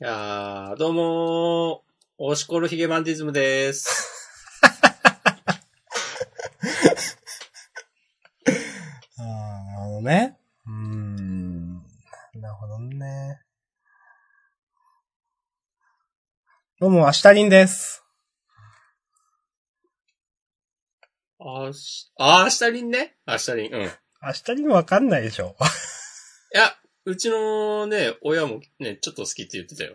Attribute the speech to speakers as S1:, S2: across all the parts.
S1: いやー、どうもー、押しこるヒゲマンディズムです。
S2: ああ、なるほどね。うーん。なるほどね。どうも、アシタリンです。
S1: あし、あしたりんね。あしたりん。うん。い
S2: アシタリンわかんないでしょ。
S1: や、うちのね、親もね、ちょっと好きって言ってたよ。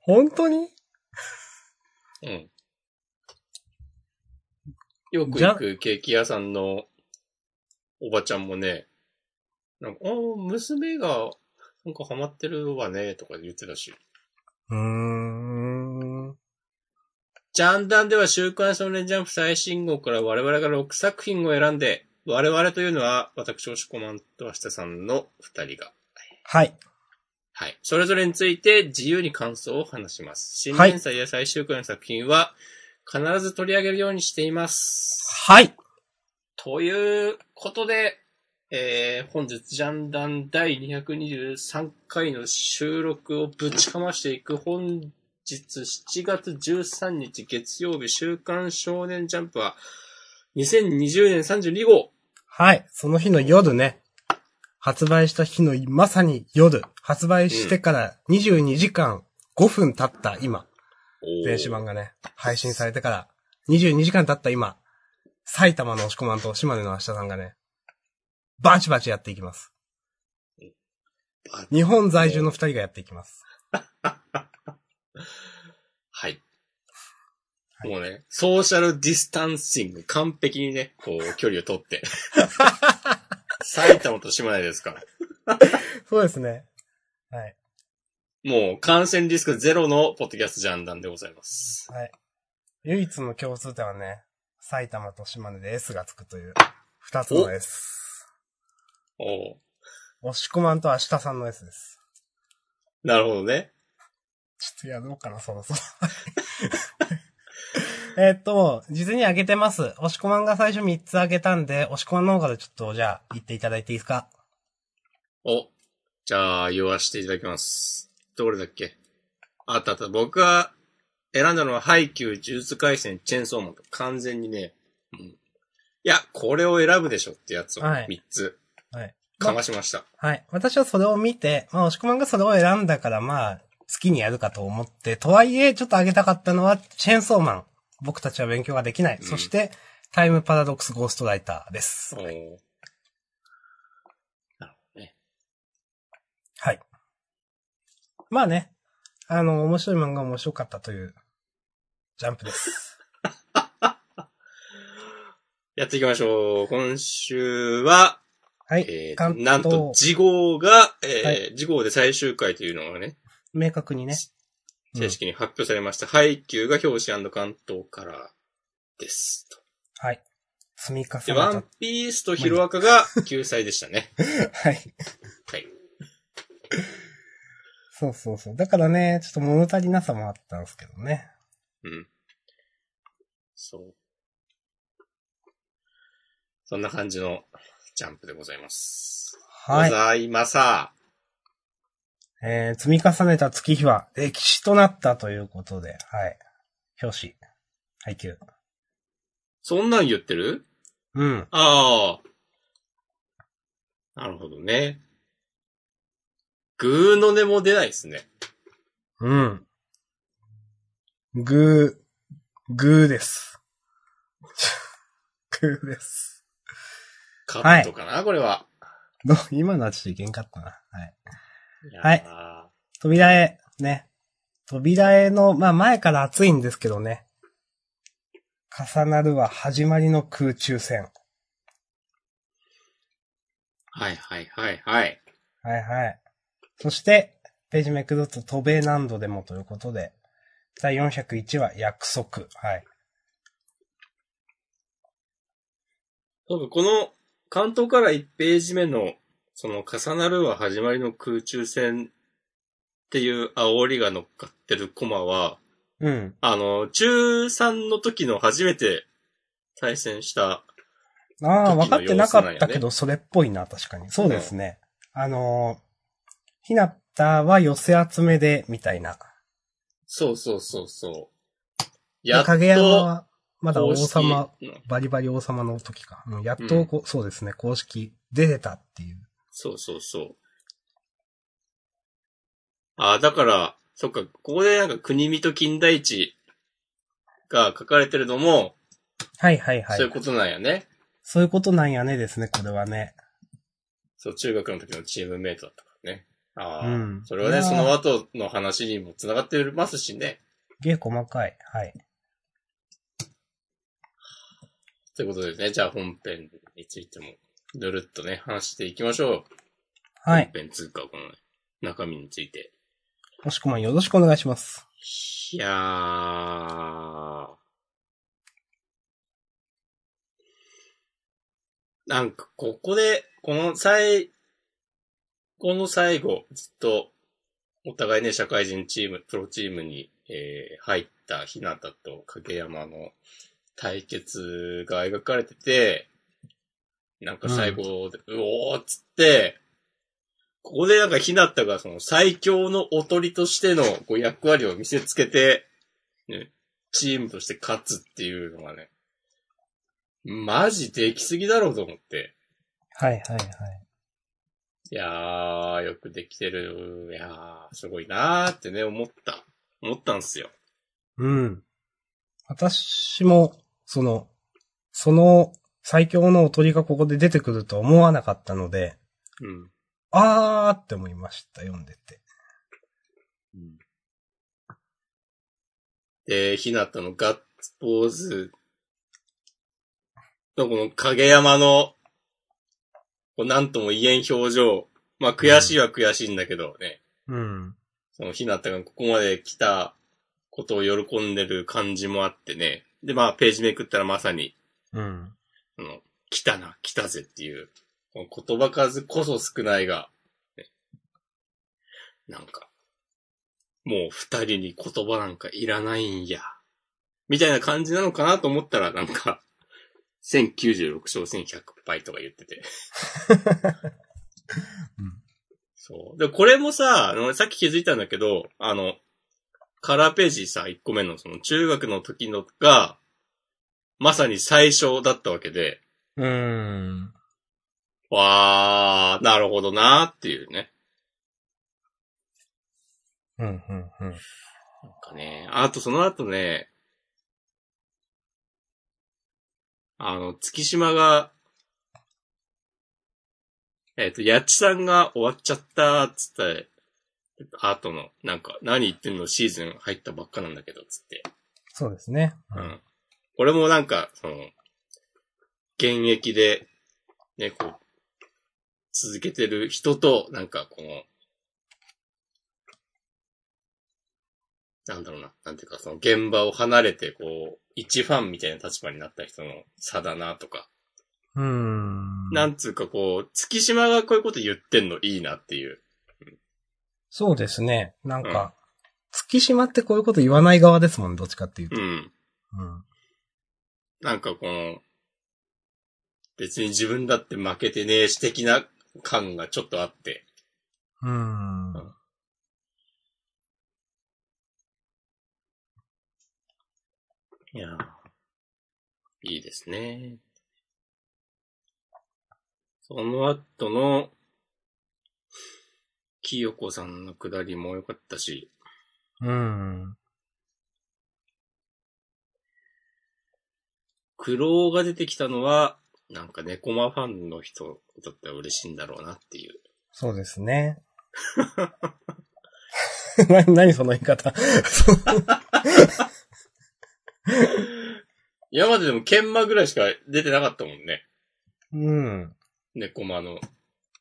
S2: 本当に
S1: うん。よく
S2: じゃ
S1: 行くケーキ屋さんのおばちゃんもね、なんか、おー娘が、なんかハマってるわね、とか言ってたし。
S2: うーん。
S1: ジャンダンでは週刊少年ジャンプ最新号から我々が6作品を選んで、我々というのは、私、押しコマンと明日さんの2人が、
S2: はい。
S1: はい。それぞれについて自由に感想を話します。新
S2: はい
S1: 連載や最終回の作品は、必ず取り上げるようにしています。
S2: はい。
S1: ということで、えー、本日、ジャンダン第223回の収録をぶちかましていく本日7月13日月曜日週刊少年ジャンプは2020年32号。
S2: はい。その日の夜ね。発売した日のまさに夜。発売してから22時間5分経った今。電子版がね、配信されてから、22時間経った今、埼玉の押し込まんと島根の明日さんがね、バチバチやっていきます。日本在住の二人がやっていきます。
S1: はい。
S2: はい
S1: もうね、ソーシャルディスタンシング完璧にね、こう、距離を取 って。埼玉と島根ですから。
S2: そうですね。はい。
S1: もう感染リスクゼロのポッドキャストジャンダンでございます。
S2: はい。唯一の共通点はね、埼玉と島根で S がつくという、二つの S。
S1: おう
S2: 押し込まんと明日さんの S です。
S1: なるほどね。
S2: ちょっとやろうかな、そろそ ろ。えっと、事前にあげてます。押し込まんが最初3つあげたんで、押し込まんの方からちょっと、じゃあ、言っていただいていいですか
S1: お、じゃあ、言わしていただきます。どれだっけあったあった。僕が選んだのは、ハイキュー、呪術回戦、チェーンソーマンと完全にね、うんいや、これを選ぶでしょってやつを
S2: はい
S1: 3つ
S2: はい。
S1: かましました。
S2: はい。私はそれを見て、まあ、押し込まんがそれを選んだから、まあ、好きにやるかと思って、とはいえ、ちょっとあげたかったのは、チェーンソーマン。僕たちは勉強ができない。
S1: うん
S2: そして、タイムパラドックスゴーストライターです。
S1: おーなるほどね。
S2: はい。まあね、あの、面白い漫画面白かったという、ジャンプです。
S1: やっていきましょう。今週は、
S2: はい。
S1: えー
S2: 関東
S1: なんと、次号が、えー
S2: は
S1: 次号で最終回というのがね、
S2: 明確にね。うん
S1: 正式に発表されました。ハイキューが表紙関東からです。
S2: はい。積み重ね
S1: で、
S2: た。
S1: ワンピースとヒロアカが救済でしたね。
S2: はい。
S1: はい。
S2: そうそうそう。だからね、ちょっと物足りなさもあったんですけどね。
S1: うん。そう。そんな感じのジャンプでございます。
S2: はい
S1: ご。ざいまさ。
S2: えー、積み重ねた月日は歴史となったということで、はい。表紙。配給。
S1: そんなん言ってる
S2: うん。
S1: ああ。なるほどね。グーの音も出ないですね。
S2: うん。グー、グーです。 グーです。
S1: カ
S2: はい
S1: ットかな、これは。
S2: どう今のはちょっといけんかったな。はい。
S1: やー。
S2: 扉絵、ね。扉絵の、まあ前から熱いんですけどね。重なるは始まりの空中戦。
S1: はいはいはいはい。
S2: はいはい。そして、ページめくると、渡米何度でもということで、第401話、約束。はい。
S1: なんかこの、関東から1ページ目の、その重なるは始まりの空中戦っていう煽りが乗っかってるコマは、
S2: うん。
S1: あの、中3の時の初めて対戦した、
S2: ああ、分かってなか
S1: 時の様子なん
S2: っ
S1: や
S2: た
S1: ね
S2: けど、それっぽいな、確かに。そうですね。あのー、ひなターは寄せ集めで、みたいな。
S1: そうそうそうそう。
S2: で
S1: やっと、
S2: 影山は、まだ王
S1: 公式
S2: 様、。バリバリ王様の時か。うんやっとこう、そうですね、公式出てたっていう。
S1: そうそうそう。あ、だから、そっか、ここでなんか国見と近代一が書かれてるのも、
S2: はいはいはい。
S1: そい
S2: そう
S1: ううことなんやね。
S2: いうことなんやねですね、これはね。
S1: そう、中学の時のチームメイトだったからね。ああ、
S2: うん
S1: それはいね、
S2: やー
S1: その後の話にも繋がってますしね。
S2: ゲー細かい。はい。
S1: ということでね、じゃあ本編についても、ぬるっとね、話していきましょう。
S2: はい。
S1: 本編通過、この中身について。
S2: もしくもよろしくお願いします。
S1: いやー。なんか、ここで、この最、この最後、ずっと、お互いね、社会人チーム、プロチームに、えー、入った日向と影山の対決が描かれてて、なんか最後で、うおーっつって、ここでなんかひなたがその最強のおとりとしてのこう役割を見せつけて、ね、チームとして勝つっていうのがね、マジできすぎだろうと思って。
S2: はいはいはい。
S1: いやー、よくできてる。いやー、すごいなーってね、思った。思ったんすよ。
S2: うん。私も、その、その最強のおとりがここで出てくると思わなかったので、
S1: うん。
S2: あーって思いました、読んでて。
S1: で、ひなたのガッツポーズのこの影山の、こうなんとも言えん表情。まあ、悔しいは悔しいんだけどね。
S2: うん。
S1: そのひなたがここまで来たことを喜んでる感じもあってね。で、まあ、ページめくったらまさに、
S2: うん。
S1: あの、来たな、来たぜっていう、この言葉数こそ少ないが、ねなんか、もう二人に言葉なんかいらないんや、みたいな感じなのかなと思ったら、なんか、1096勝1100敗とか言ってて。
S2: うん
S1: そう。で、これもさ、あのさっき気づいたんだけど、あの、カラーページさ、1個目のその中学の時のが、まさに最初だったわけで、
S2: うーん。
S1: わー、なるほどなーっていうね。
S2: うん、うん、うん。
S1: なんかね、あとその後ね、あの、月島が、えっ、と、やっちさんが終わっちゃったーっつって、後の、なんか、何言ってんのシーズン入ったばっかなんだけど、つって。
S2: そうですね。
S1: う
S2: うん
S1: ん。これもなんか、その、現役で、ね、こう、続けてる人と、なんかこの、なんだろうな、なんていうか、その現場を離れて、こう、一ファンみたいな立場になった人の差だなとか、
S2: うーん。
S1: なんつうかこう、月島がこういうこと言ってんのいいなっていう。
S2: そうですね。なんか、
S1: うん
S2: 月島ってこういうこと言わない側ですもんね、どっちかっていうと。
S1: うん。
S2: うん。
S1: なんかこの、別に自分だって負けてねえし的な感がちょっとあって、
S2: うん。
S1: いやーいいですね。その後の、清子さんのくだりも良かったし、
S2: うん。
S1: 苦労が出てきたのは、なんか猫マファンの人だったら嬉しいんだろうなっていう。
S2: そうですね。 な、何その言い方そう
S1: 今まででも研磨ぐらいしか出てなかったもんね。
S2: うん。
S1: 猫マの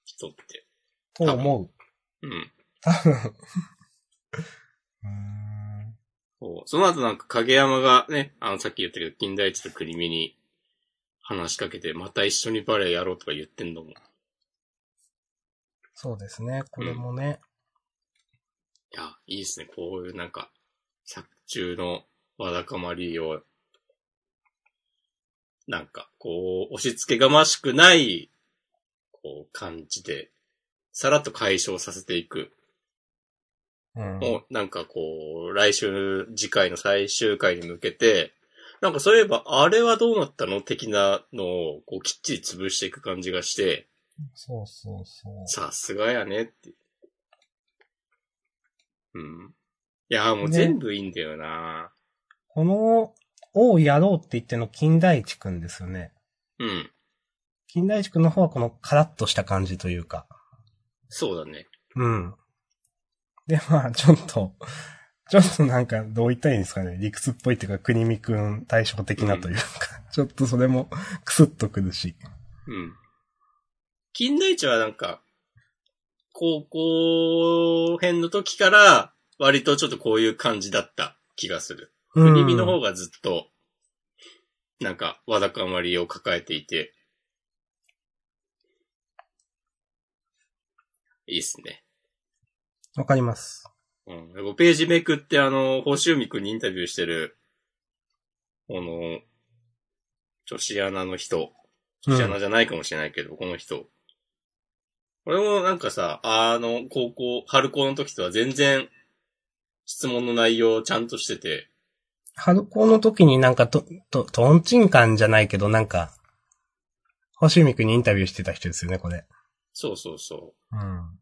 S1: 人って。
S2: と思 う。
S1: うん。
S2: 多分。うーん。
S1: そうその後なんか影山がね、あのさっき言ったけど、金田一と国見に話しかけて、また一緒にバレエやろうとか言ってんのも。
S2: そうですね。これもね。
S1: いや、いいですね。こういうなんか、作中のわだかまりを、なんか、こう、押し付けがましくない、こう、感じで、さらっと解消させていく。
S2: うん。
S1: もうなんかこう、来週、次回の最終回に向けて、なんかそういえば、あれはどうなったの的なのを、こう、きっちり潰していく感じがして、
S2: そうそうそう。
S1: さすがやねって。うん。いやーもう全部いいんだよな、
S2: この、をやろうって言ってんの金田一くんですよね。
S1: うん。
S2: 金田一くんの方はこのカラッとした感じというか。
S1: そうだね。
S2: うん。で、まあ、ちょっと、ちょっとなんか、どう言ったらいいんですかね。理屈っぽいっていうか、国見くん対照的なというか、ちょっとそれも、くすっとくるし。
S1: うん。金田一はなんか、高校編の時から、割とちょっとこういう感じだった気がする。
S2: うん
S1: 国見の方がずっと、なんか、わだかまりを抱えていて、いいっすね。
S2: わかります。
S1: うん。5ページめくって、あの、星海くんにインタビューしてる、この、女子アナの人。女子アナじゃないかもしれないけど、この人。これもなんかさ、あの、高校、春高の時とは全然、質問の内容ちゃんとしてて、
S2: 春高の時になんかと、と、とんちんかんじゃないけど、なんか、星海くんにインタビューしてた人ですよね、これ。
S1: そうそうそう。
S2: うん。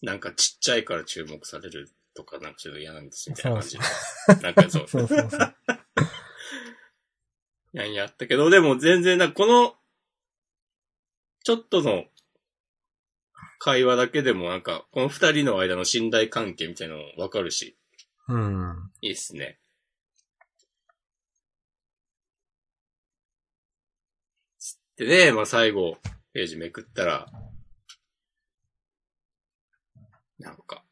S1: なんかちっちゃいから注目されるとか、なんかちょっと嫌なんですみたいな感じ
S2: そ。
S1: なんか そう。
S2: そうそうそう。
S1: やんやったけど、でも全然、なんかこの、ちょっとの会話だけでもなんか、この二人の間の信頼関係みたいなのもわかるし、
S2: うん。
S1: いいっすね。でね、まあ最後、ページめくったら、なんか、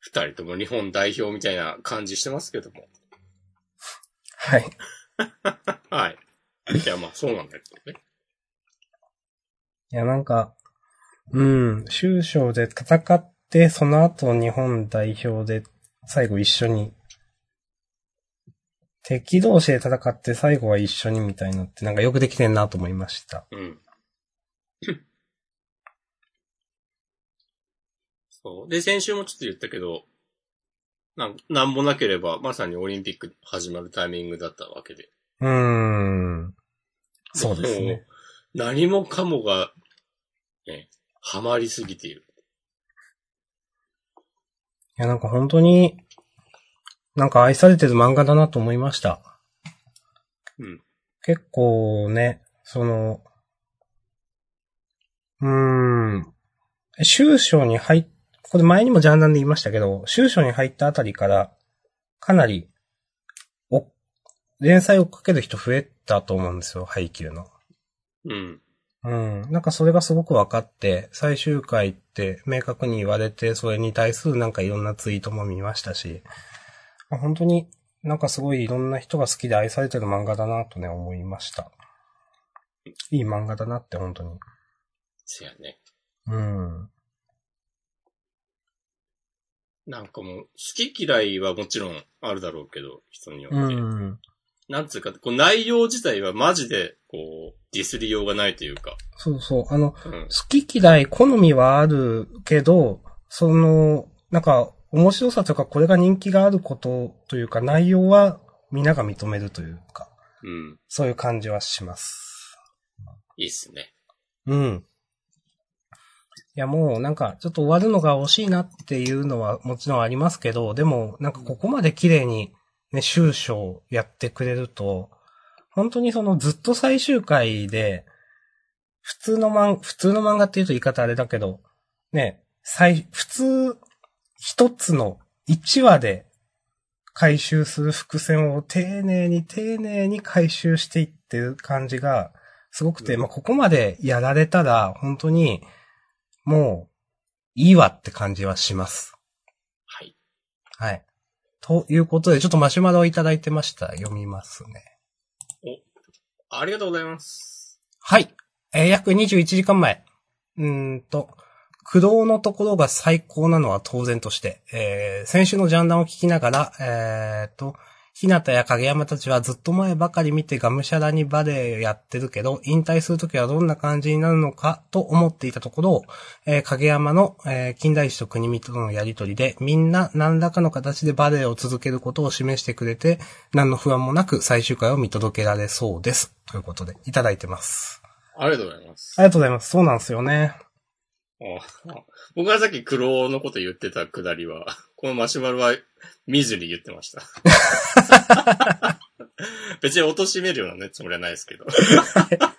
S1: 二人とも日本代表みたいな感じしてますけども。
S2: はい。
S1: はい。いや、まあそうなんだけどね。
S2: いや、なんか、うん、終章で戦って、その後日本代表で最後一緒に、敵同士で戦って最後は一緒にみたいのってなんかよくできてんなと思いました。
S1: うん。 そう。で、先週もちょっと言ったけど、なんなんもなければ、まさにオリンピック始まるタイミングだったわけで。
S2: うーん。そうです
S1: もう
S2: ね。。
S1: 何もかもが、ね、ハマりすぎている。
S2: いや、なんか本当に、なんか愛されてる漫画だなと思いました。
S1: うん。
S2: 結構ね、その、うーん、終章に入っ、これ前にもジャンダンで言いましたけど、終章に入ったあたりから、かなり、お、連載をかける人増えたと思うんですよ、配給の。
S1: うん。
S2: うん。なんかそれがすごく分かって、最終回って明確に言われて、それに対するなんかいろんなツイートも見ましたし、まあ本当になんかすごいいろんな人が好きで愛されてる漫画だなとね、思いました。いい漫画だなって本当に。
S1: せやね。
S2: うん。
S1: なんかもう、好き嫌いはもちろんあるだろうけど、人によって。
S2: うん。
S1: なんつうか、こう内容自体はマジで、こう、ディスりようがないというか。
S2: そうそう。あの、
S1: うん。
S2: 好き嫌い、好みはあるけど、その、なんか、面白さというか、これが人気があることというか、内容は皆が認めるというか、
S1: うん。
S2: そういう感じはします。
S1: いいっすね。
S2: うん。いや、もうなんか、ちょっと終わるのが惜しいなっていうのはもちろんありますけど、でも、なんかここまで綺麗にね、終章やってくれると、本当にそのずっと最終回で、普通の漫、普通の漫画っていうと言い方あれだけど、ね、最、普通、一つの1話で回収する伏線を丁寧に丁寧に回収していってる感じがすごくて、
S1: うん
S2: まあ、ここまでやられたら本当にもういいわって感じはします。
S1: はい。
S2: はい。ということで、ちょっとマシュマロをいただいてました。読みますね。
S1: ありがとうございます。
S2: はい。えー約21時間前。うーんと、駆動のところが最高なのは当然として、えー先週のジャンダンを聞きながら、えーと、日向や影山たちはずっと前ばかり見てがむしゃらにバレエやってるけど、引退するときはどんな感じになるのかと思っていたところを、えー影山の、えー近代史と国見とのやりとりで、みんな何らかの形でバレエを続けることを示してくれて、何の不安もなく最終回を見届けられそうです。ということで、いただいてます。
S1: ありがとうございます。
S2: ありがとうございます。そうなんですよね。
S1: あ僕がさっき苦労のこと言ってたくだりは、このマシュマロは見ずに言ってました。 別に貶としめるようなね、つもりはないですけど。
S2: は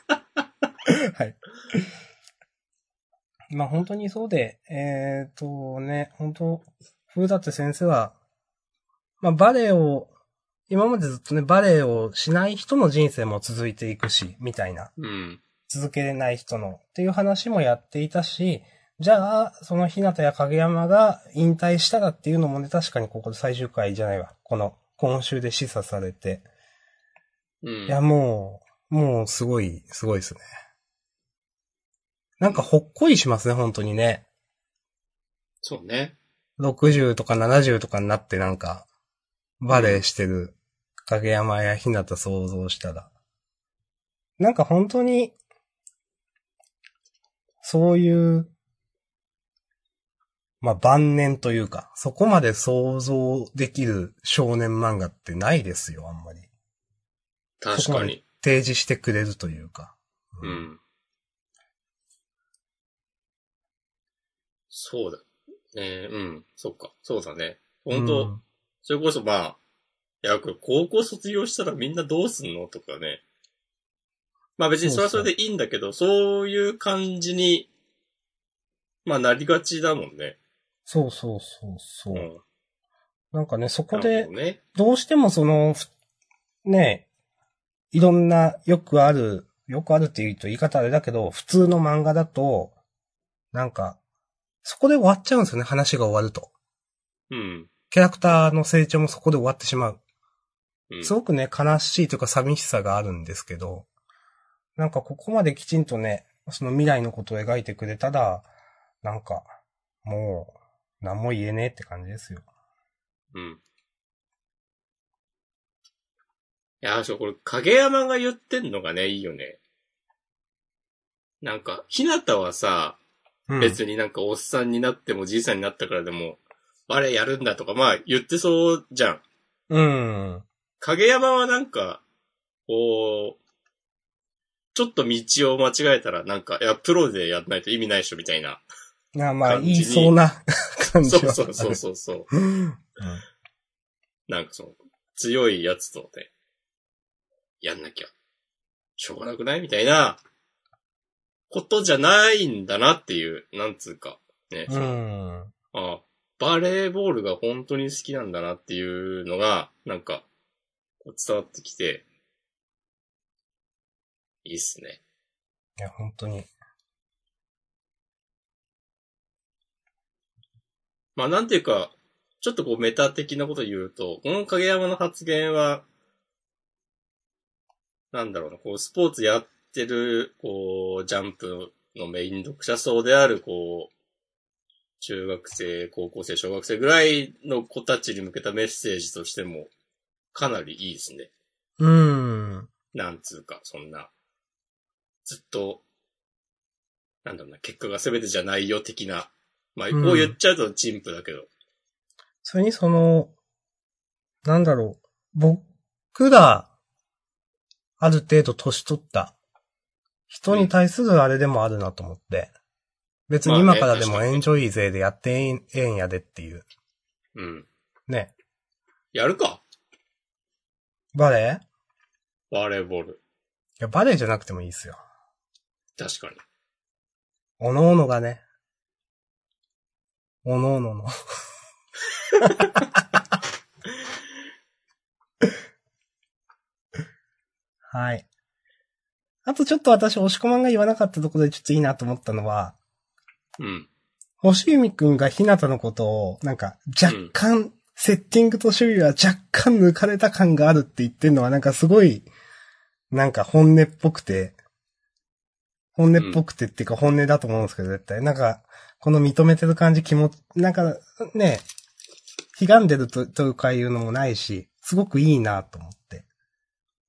S2: い。まあ本当にそうで、えっ、とね、本当古舘先生は、まあバレエを、今までずっとね、バレエをしない人の人生も続いていくし、みたいな。
S1: うん。
S2: 続けれない人のっていう話もやっていたし、じゃあ、その日向や影山が引退したらっていうのもね、確かにここで最終回じゃないわ。この、今週で示唆されて。
S1: うん。
S2: いや、もう、もうすごい、すごいですね。なんかほっこりしますね、本当にね。
S1: そうね。
S2: 60とか70とかになってなんか、バレーしてる影山や日向想像したら。なんか本当に、そういう、まあ晩年というか、そこまで想像できる少年漫画ってないですよ、あんまり。
S1: 確かに。
S2: 提示してくれるというか。
S1: うん。そうだ。ねうん。そっか。そうだね。本当、
S2: うん
S1: それこそまあ、いや、これ高校卒業したらみんなどうすんのとかね。まあ別にそれはそれでいいんだけど、そういう感じに、まあなりがちだもんね。
S2: そうそうそうそうう。
S1: ん。
S2: なんかね、そこ
S1: なる
S2: で
S1: ほ、どね。
S2: どうしてもその、ふねえ、いろんなよくある、よくあるって言うと言い方あれだけど、普通の漫画だと、なんか、そこで終わっちゃうんですよね、話が終わると。
S1: うん。
S2: キャラクターの成長もそこで終わってしまう。
S1: うん
S2: すごくね、悲しいというか寂しさがあるんですけど、なんかここまできちんとね、その未来のことを描いてくれたら、なんか、もう、何も言えねえって感じですよ。
S1: うん。いや、そう、これ、影山が言ってんのがね、いいよね。なんか、ひなたはさ、
S2: うん
S1: 別になんかおっさんになってもじいさんになったからでも、あれやるんだとか、まあ言ってそうじゃん。
S2: うん。
S1: 影山はなんか、こう、ちょっと道を間違えたらなんか、いや、プロでやんないと意味ないっしょみたいな。
S2: あまあ、
S1: 感じ
S2: 言
S1: に
S2: いそうな 感じ
S1: そ
S2: は。
S1: うそうそうそうそう。
S2: う。うん。
S1: なんかその、強いやつとね、やんなきゃ、しょうがなくないみたいな、ことじゃないんだなっていう、なんつうか、ね、
S2: う
S1: その
S2: ん。
S1: あバレーボールが本当に好きなんだなっていうのが、なんか、こう伝わってきて、いいっすね。
S2: いや、本当に。
S1: まあなんていうか、ちょっとこうメタ的なこと言うと、この影山の発言は、なんだろうな、こうスポーツやってる、こう、ジャンプのメイン読者層である、こう、中学生、高校生、小学生ぐらいの子たちに向けたメッセージとしても、かなりいいですね。
S2: うん。
S1: なんつうか、そんな、ずっと、なんだろうな、結果が全てじゃないよ的な、まあ、こ
S2: うん
S1: う言っちゃうと陳腐だけど、
S2: それにその、なんだろう。僕ら、ある程度年取った人に対するあれでもあるなと思って。別に
S1: まあ
S2: 今
S1: ね
S2: からでも
S1: 確かに
S2: エンジョイ勢でやってええんええんやでっていう。
S1: うん。
S2: ね。
S1: やるか
S2: バレーい
S1: バレーボール。
S2: や、バレーじゃなくてもいいですよ。
S1: 確かに。
S2: おのおのがね。おのおのの。はい。あとちょっと私、押し込まんが言わなかったところでちょっといいなと思ったのは、
S1: うん。
S2: 星海くんが日向のことを、なんか、若干、セッティングと守備は若干抜かれた感があるって言ってるのは、なんかすごい、なんか本音っぽくて、本音っぽくてっていうか本音だと思うんですけど、絶対。なんか、この認めてる感じ気持ち、なんか、ね、悲願でるととかいうのもないし、すごくいいなと思って。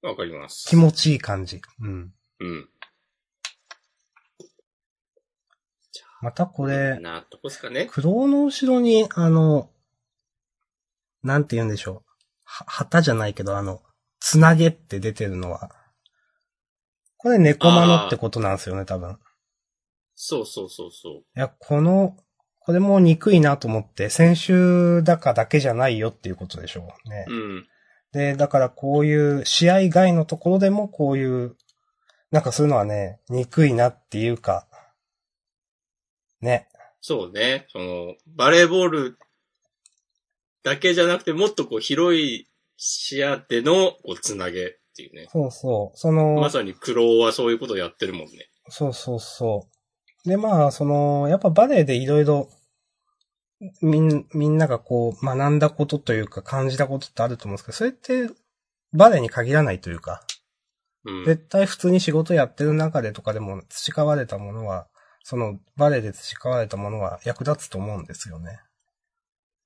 S1: わかります。
S2: 気持ちいい感じ。うん。
S1: うん。
S2: またこ
S1: こ
S2: れ、
S1: なとこですかね。
S2: 駆動の後ろに、あの、なんて言うんでしょう。は、旗じゃないけど、あの、つなげって出てるのは。これ猫マノってことなんですよね、多分。
S1: そうそうそうそう。
S2: いや、この、これも憎いなと思って、先週だかだけじゃないよっていうことでしょうね。
S1: うん。
S2: で、だからこういう試合外のところでもこういう、なんかそういうのはね、憎いなっていうか、ね。
S1: そうね。その、バレーボールだけじゃなくて、もっとこう、広い視野での、こう、つなげっていうね。
S2: そうそう。その、
S1: まさに苦労はそういうことをやってるもんね。
S2: そうそうそう。で、まあ、その、やっぱバレエでいろいろ、みん、みんながこう、学んだことというか、感じたことってあると思うんですけど、それって、バレエに限らないというか、
S1: うん。
S2: 絶対普通に仕事やってる中でとかでも培われたものは、そのバレエで培われたものは役立つと思うんですよね。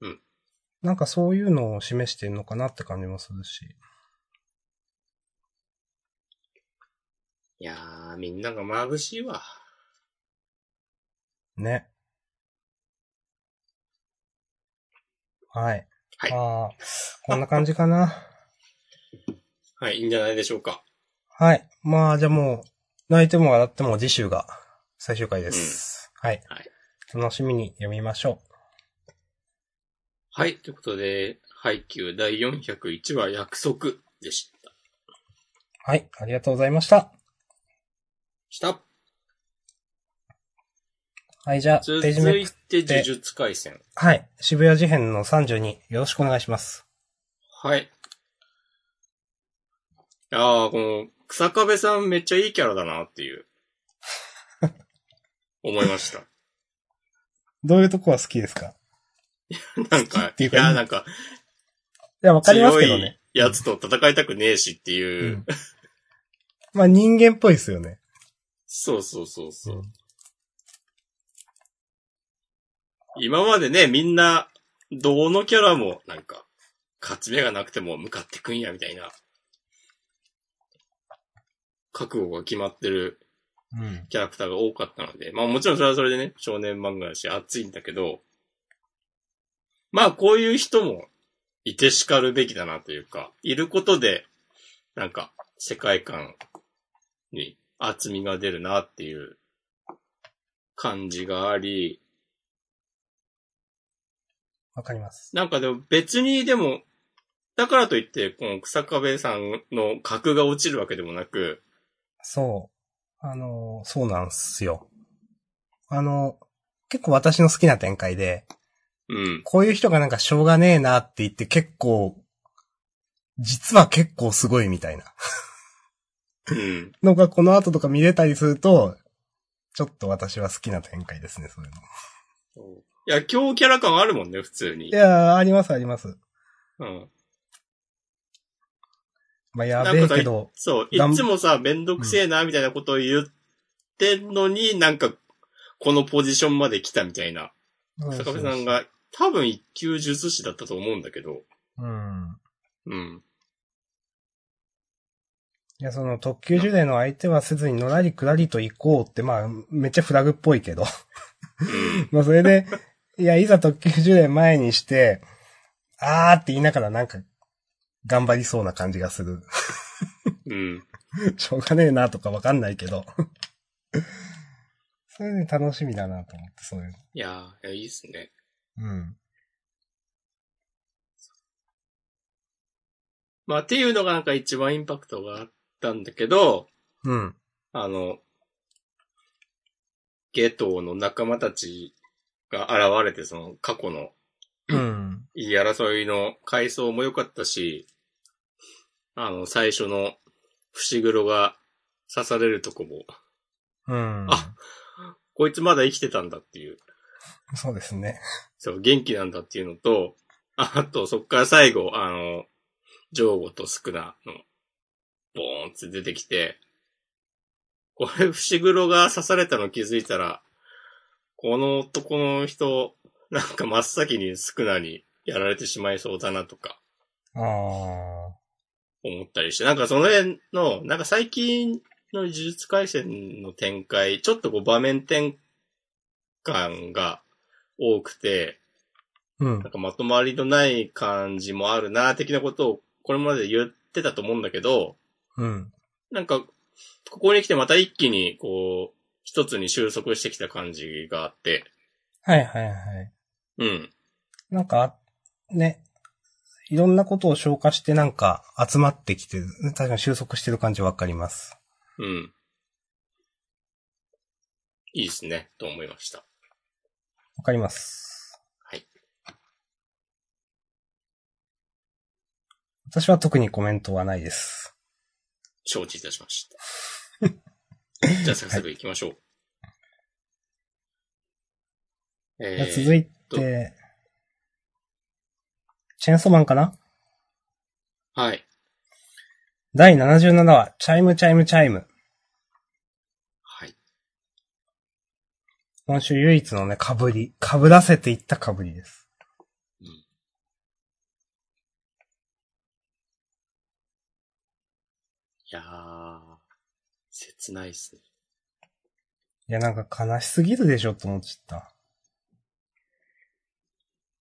S1: うん。
S2: なんかそういうのを示しているのかなって感じもするし。
S1: いやー、みんなが眩しいわ。
S2: ね。はい。
S1: はい
S2: まあ、こんな感じかな。
S1: はい、いいんじゃないでしょうか。
S2: はい。まあ、じゃあもう、泣いても笑っても次週が最終回です。はい。
S1: はい
S2: 楽しみに読みましょ
S1: はい、ということで、ハイキュー第401話約束でした。
S2: う。はい。ありがとうございました。
S1: した。
S2: はい、じゃあ、ペ
S1: 続
S2: ー
S1: い
S2: ジ
S1: て
S2: めくっ
S1: 呪術回戦。
S2: はい。渋谷事変の32、よろしくお願いします。
S1: はい。ああ、この、草壁さんめっちゃいいキャラだなって いう。思いました。
S2: どういうとこが好きですか
S1: なんか、
S2: てい
S1: いう
S2: か
S1: や、なんか、
S2: いや、わかります
S1: 強
S2: けどね。
S1: い。やつと戦いたくねえしっていううん
S2: まあ、人間っぽいですよね。
S1: そうそうそうそう。
S2: うん
S1: 今までね、みんな、どのキャラも、なんか、勝ち目がなくても向かってくんや、みたいな。覚悟が決まってる
S2: うん。
S1: キャラクターが多かったので、まあもちろんそれはそれでね、少年漫画だし熱いんだけど、まあこういう人もいて叱るべきだなというか、いることで、なんか世界観に厚みが出るなっていう感じがあり、
S2: わかります。
S1: なんかでも別にでも、だからといって、この草壁さんの格が落ちるわけでもなく、
S2: そう。あのー、そうなんすよ。あのー、結構私の好きな展開で、
S1: うん。
S2: こういう人がなんかしょうがねえなって言って結構、実は結構すごいみたいな
S1: うん。
S2: のがこの後とか見れたりすると、ちょっと私は好きな展開ですね、そういうの。
S1: いや、強キャラ感あるもんね、普通に
S2: い。やー、ありますあります。
S1: うん。
S2: まあ、やべえけ
S1: な
S2: ど、
S1: そう、い
S2: だん
S1: つもさ、めんどくせえな、みたいなことを言ってんのに、なんか、このポジションまで来たみたいな。
S2: そうそ
S1: 坂
S2: うそう
S1: 部さん。が、多分一級術師だったと思うんだけど。
S2: うん。
S1: うん。
S2: いや、その特急受電の相手はせずにのらりくらりと行こうって、まあ、めっちゃフラグっぽいけど。
S1: うん。
S2: まあ、それで、いや、いざ特急受電前にして、あーって言いながらなんか、頑張りそうな感じがする。
S1: うん。
S2: しょうがねえなとかわかんないけど。 それで楽しみだなと思って、そういう
S1: いやー、いやいいっすね。
S2: の。うん。
S1: まあ、っていうのがなんか一番インパクトがあったんだけど、
S2: うん。
S1: あの、ゲトの仲間たちが現れて、その過去の
S2: うん。
S1: いい争いの回想も良かったし、あの、最初の伏黒が刺されるとこも、
S2: うん。
S1: あこいつまだ生きてたんだっていう、
S2: そうですね。
S1: そう、元気なんだっていうのと、ああと、そっから最後、あの、ジョーゴとスクナの、ボーンって出てきて、これ、伏黒が刺されたの気づいたら、この男の人、なんか真っ先にスクナにやられてしまいそうだなとか、
S2: うああ。
S1: 思ったりして、なんかその辺の、なんか最近の呪術回戦の展開、ちょっとこう場面転換が多くて、
S2: うん
S1: なん。かまとまりのない感じもあるな、的なことをこれまで言ってたと思うんだけど、
S2: うん。
S1: なんか、ここに来てまた一気にこう、一つに収束してきた感じがあって、
S2: はいはいはい。
S1: うん。
S2: なんか、ね、いろんなことを消化してなんか集まってきてる、確かに収束してる感じわかります。
S1: うん。いいですね、と思いました。
S2: わかります。
S1: はい。
S2: 私は特にコメントはないです。
S1: 承知いたしま した。じゃあ、早速行きましょう。
S2: じゃあ
S1: えー
S2: 続いて、チェーンソーマンかな
S1: はい。
S2: 第77話、チャイムチャイムチャイム。
S1: はい。
S2: 今週唯一のね、被り、被らせていった被りです。
S1: うんいやー、切ないっすね。
S2: いや、なんか悲しすぎるでしょって思っちゃった。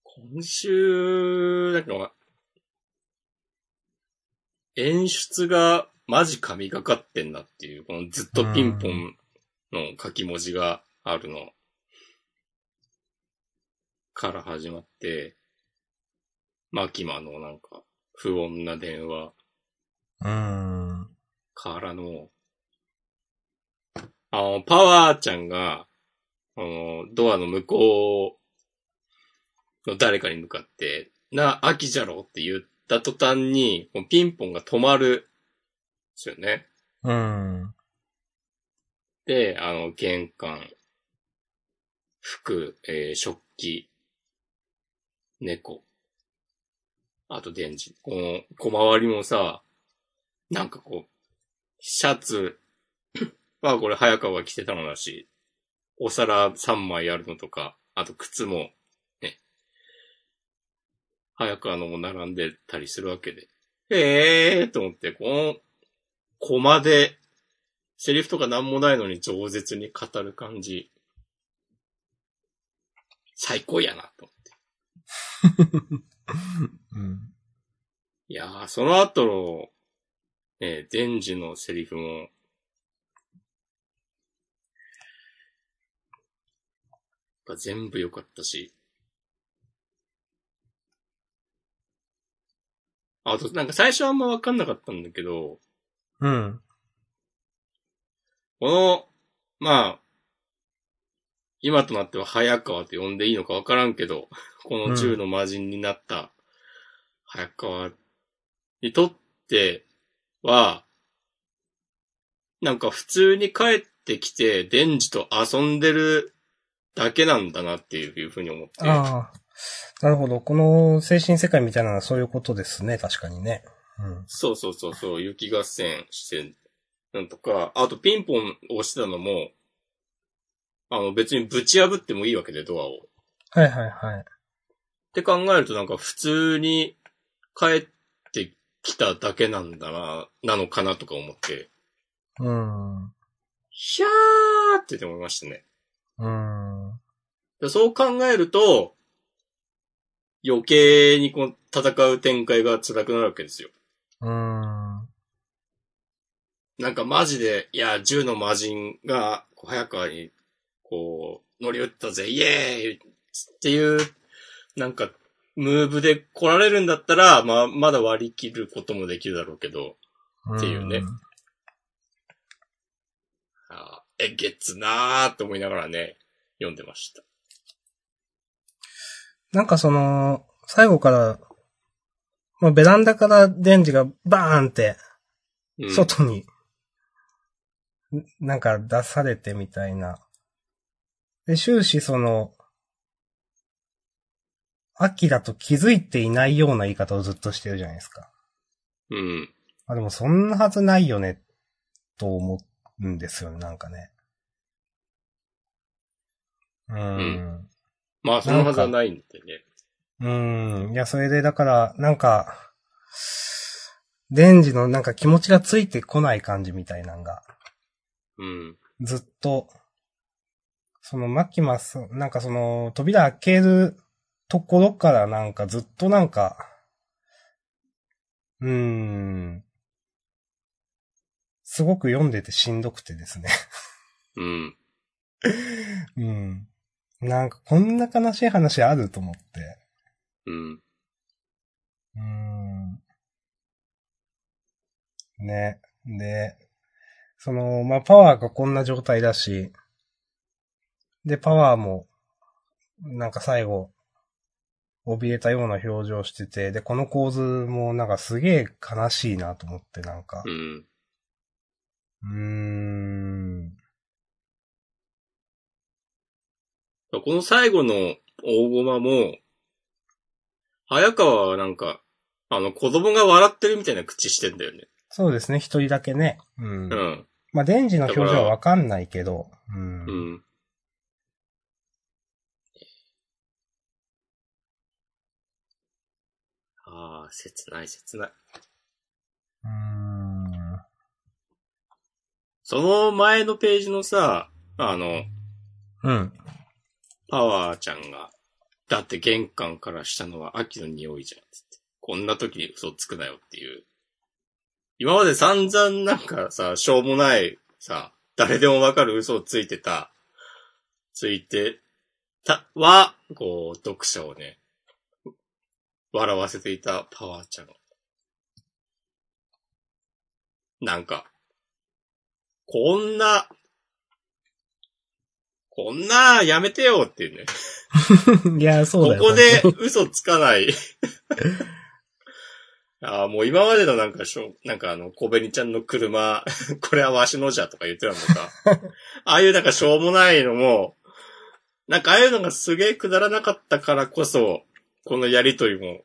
S1: 今週、なんか、演出がマジ神がかってんなっていう、このずっとピンポンの書き文字があるのから始まって、マキマのなんか不穏な電話
S2: うーん。
S1: からの、あの、パワーちゃんが、あの、ドアの向こうの誰かに向かって、な、秋じゃろって言った途端に、このピンポンが止まる、ですよね。
S2: うーん。
S1: で、あの、玄関、服、えー食器、猫、あと電池。この小回りもさ、なんかこう、シャツ はこれ早川が着てたのだし、お皿3枚あるのとか、あと靴も、ね、早川のも並んでたりするわけで。ええー、と思って、この、コマでセリフとかなんもないのに饒舌に語る感じ。最高やな、と。
S2: うん。
S1: いやー、その後の、ね、デンジのセリフも、が全部良かったし。あと、なんか最初はあんまわかんなかったんだけど、
S2: うん。
S1: この、まあ、今となっては早川って呼んでいいのかわからんけど、この銃の魔人になった早川にとっては、なんか普通に帰ってきて、デンジと遊んでるだけなんだなっていうふうに思って。
S2: ああ。なるほど。この精神世界みたいなのはそういうことですね。確かにね。うん。
S1: そうそうそうそう、雪合戦して、なんとか、あとピンポン押してたのも、あの別にぶち破ってもいいわけで、ドアを。
S2: はいはいは
S1: っ
S2: い。
S1: て考えるとなんか普通に帰ってきただけなんだな、なのかなとか思って、
S2: うん。う
S1: ひゃーって思いましたね。
S2: ん。
S1: でそう考えると、余計にこの戦う展開が辛くなるわけですよ。
S2: うん。
S1: なんかマジで、いや、銃の魔人が、こう早川に、こう、乗り移ったぜ、イエーイっていう、なんか、ムーブで来られるんだったら、まあ、まだ割り切ることもできるだろうけど、っていうねあーえげつなーって思いながらね、読んでました。
S2: なんかその、最後から、まあ、ベランダからデンジがバーンって、
S1: うん、
S2: 外に、んなんか出されてみたいな。で、終始その、秋だと気づいていないような言い方をずっとしてるじゃないですか。
S1: うん。
S2: あ、でもそんなはずないよね、と思うんですよね、なんかね。うー
S1: まあ、そのはずはないんでね。
S2: ん。うん。いや、それでだから、なんか、デンジのなんか気持ちがついてこない感じみたいなんが、
S1: うん。
S2: ずっと、そのマキマス、なんかその扉開けるところからなんかずっとなんか、うーん、すごく読んでてしんどくてですね。
S1: うん。
S2: うん。なんかこんな悲しい話あると思って。
S1: うん。
S2: うーんね。で、その、まあ、パワーがこんな状態だし、で、パワーも、なんか最後、怯えたような表情してて、で、この構図もなんかすげえ悲しいなと思って、なんか。
S1: うん。
S2: うーん。
S1: この最後の大駒も、早川はなんか、あの子供が笑ってるみたいな口してんだよね。
S2: そうですね、一人だけね。うん
S1: う。ん。
S2: まあ、デンジの表情
S1: だか
S2: は
S1: ら
S2: わかんないけど、うん
S1: う。ん。ああ、切ない切ない。
S2: うーん。
S1: その前のページのさ、あの、
S2: うん。
S1: パワーちゃんが、だって玄関からしたのは秋の匂いじゃん。つってこんな時に嘘つくなよっていう。今まで散々なんかさ、しょうもないさ、誰でもわかる嘘をついてた、ついてた、は、こう、読者をね、笑わせていたパワーちゃん。なんか、こんな、こんな、やめてよっていうね。
S2: いや、そうだよ。
S1: ここで嘘つか ない。ああ、もう今までのなんかしょ、なんかあの、小紅ちゃんの車、 これはわしのじゃとか言ってたのとか、 ああいうなんかしょうもないのも、なんかああいうのがすげえくだらなかったからこそ、このやりとりも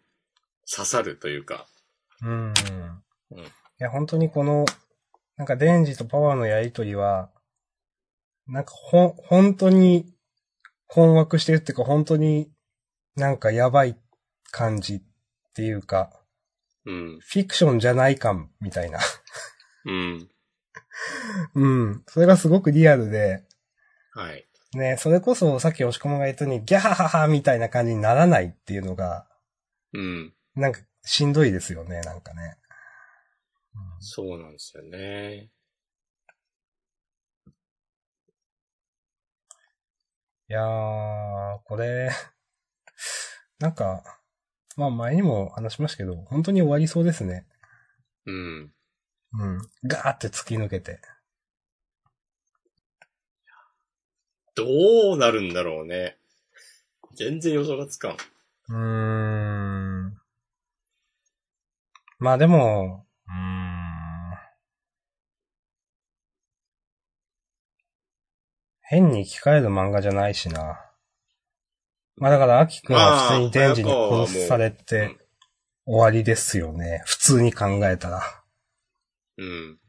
S1: 刺さるというか。
S2: うん。
S1: うん
S2: いや、本当にこの、なんか、デンジとパワーのやりとりは、なんか、ほん、本当に、困惑してるっていうか、本当に、なんか、やばい感じっていうか、
S1: うん。
S2: フィクションじゃない感、みたいな。
S1: うん。
S2: うん。それがすごくリアルで、
S1: はい。
S2: ね、それこそ、さっき押し込むが言ったように、ギャハハハみたいな感じにならないっていうのが、
S1: うん。
S2: なんか、しんどいですよね、なんかね。
S1: そうなんですよね。
S2: いやー、これ、 なんか、まあ前にも話しましたけど、本当に終わりそうですね。
S1: うん。
S2: うん。ガーって突き抜けて。
S1: どうなるんだろうね。全然予想がつかん。
S2: うーん。まあでも、うーん。変に生き返る漫画じゃないしな。まあだから、アキくんは普通にデンジに殺されて終わりですよね。普通に考えたら。
S1: うん。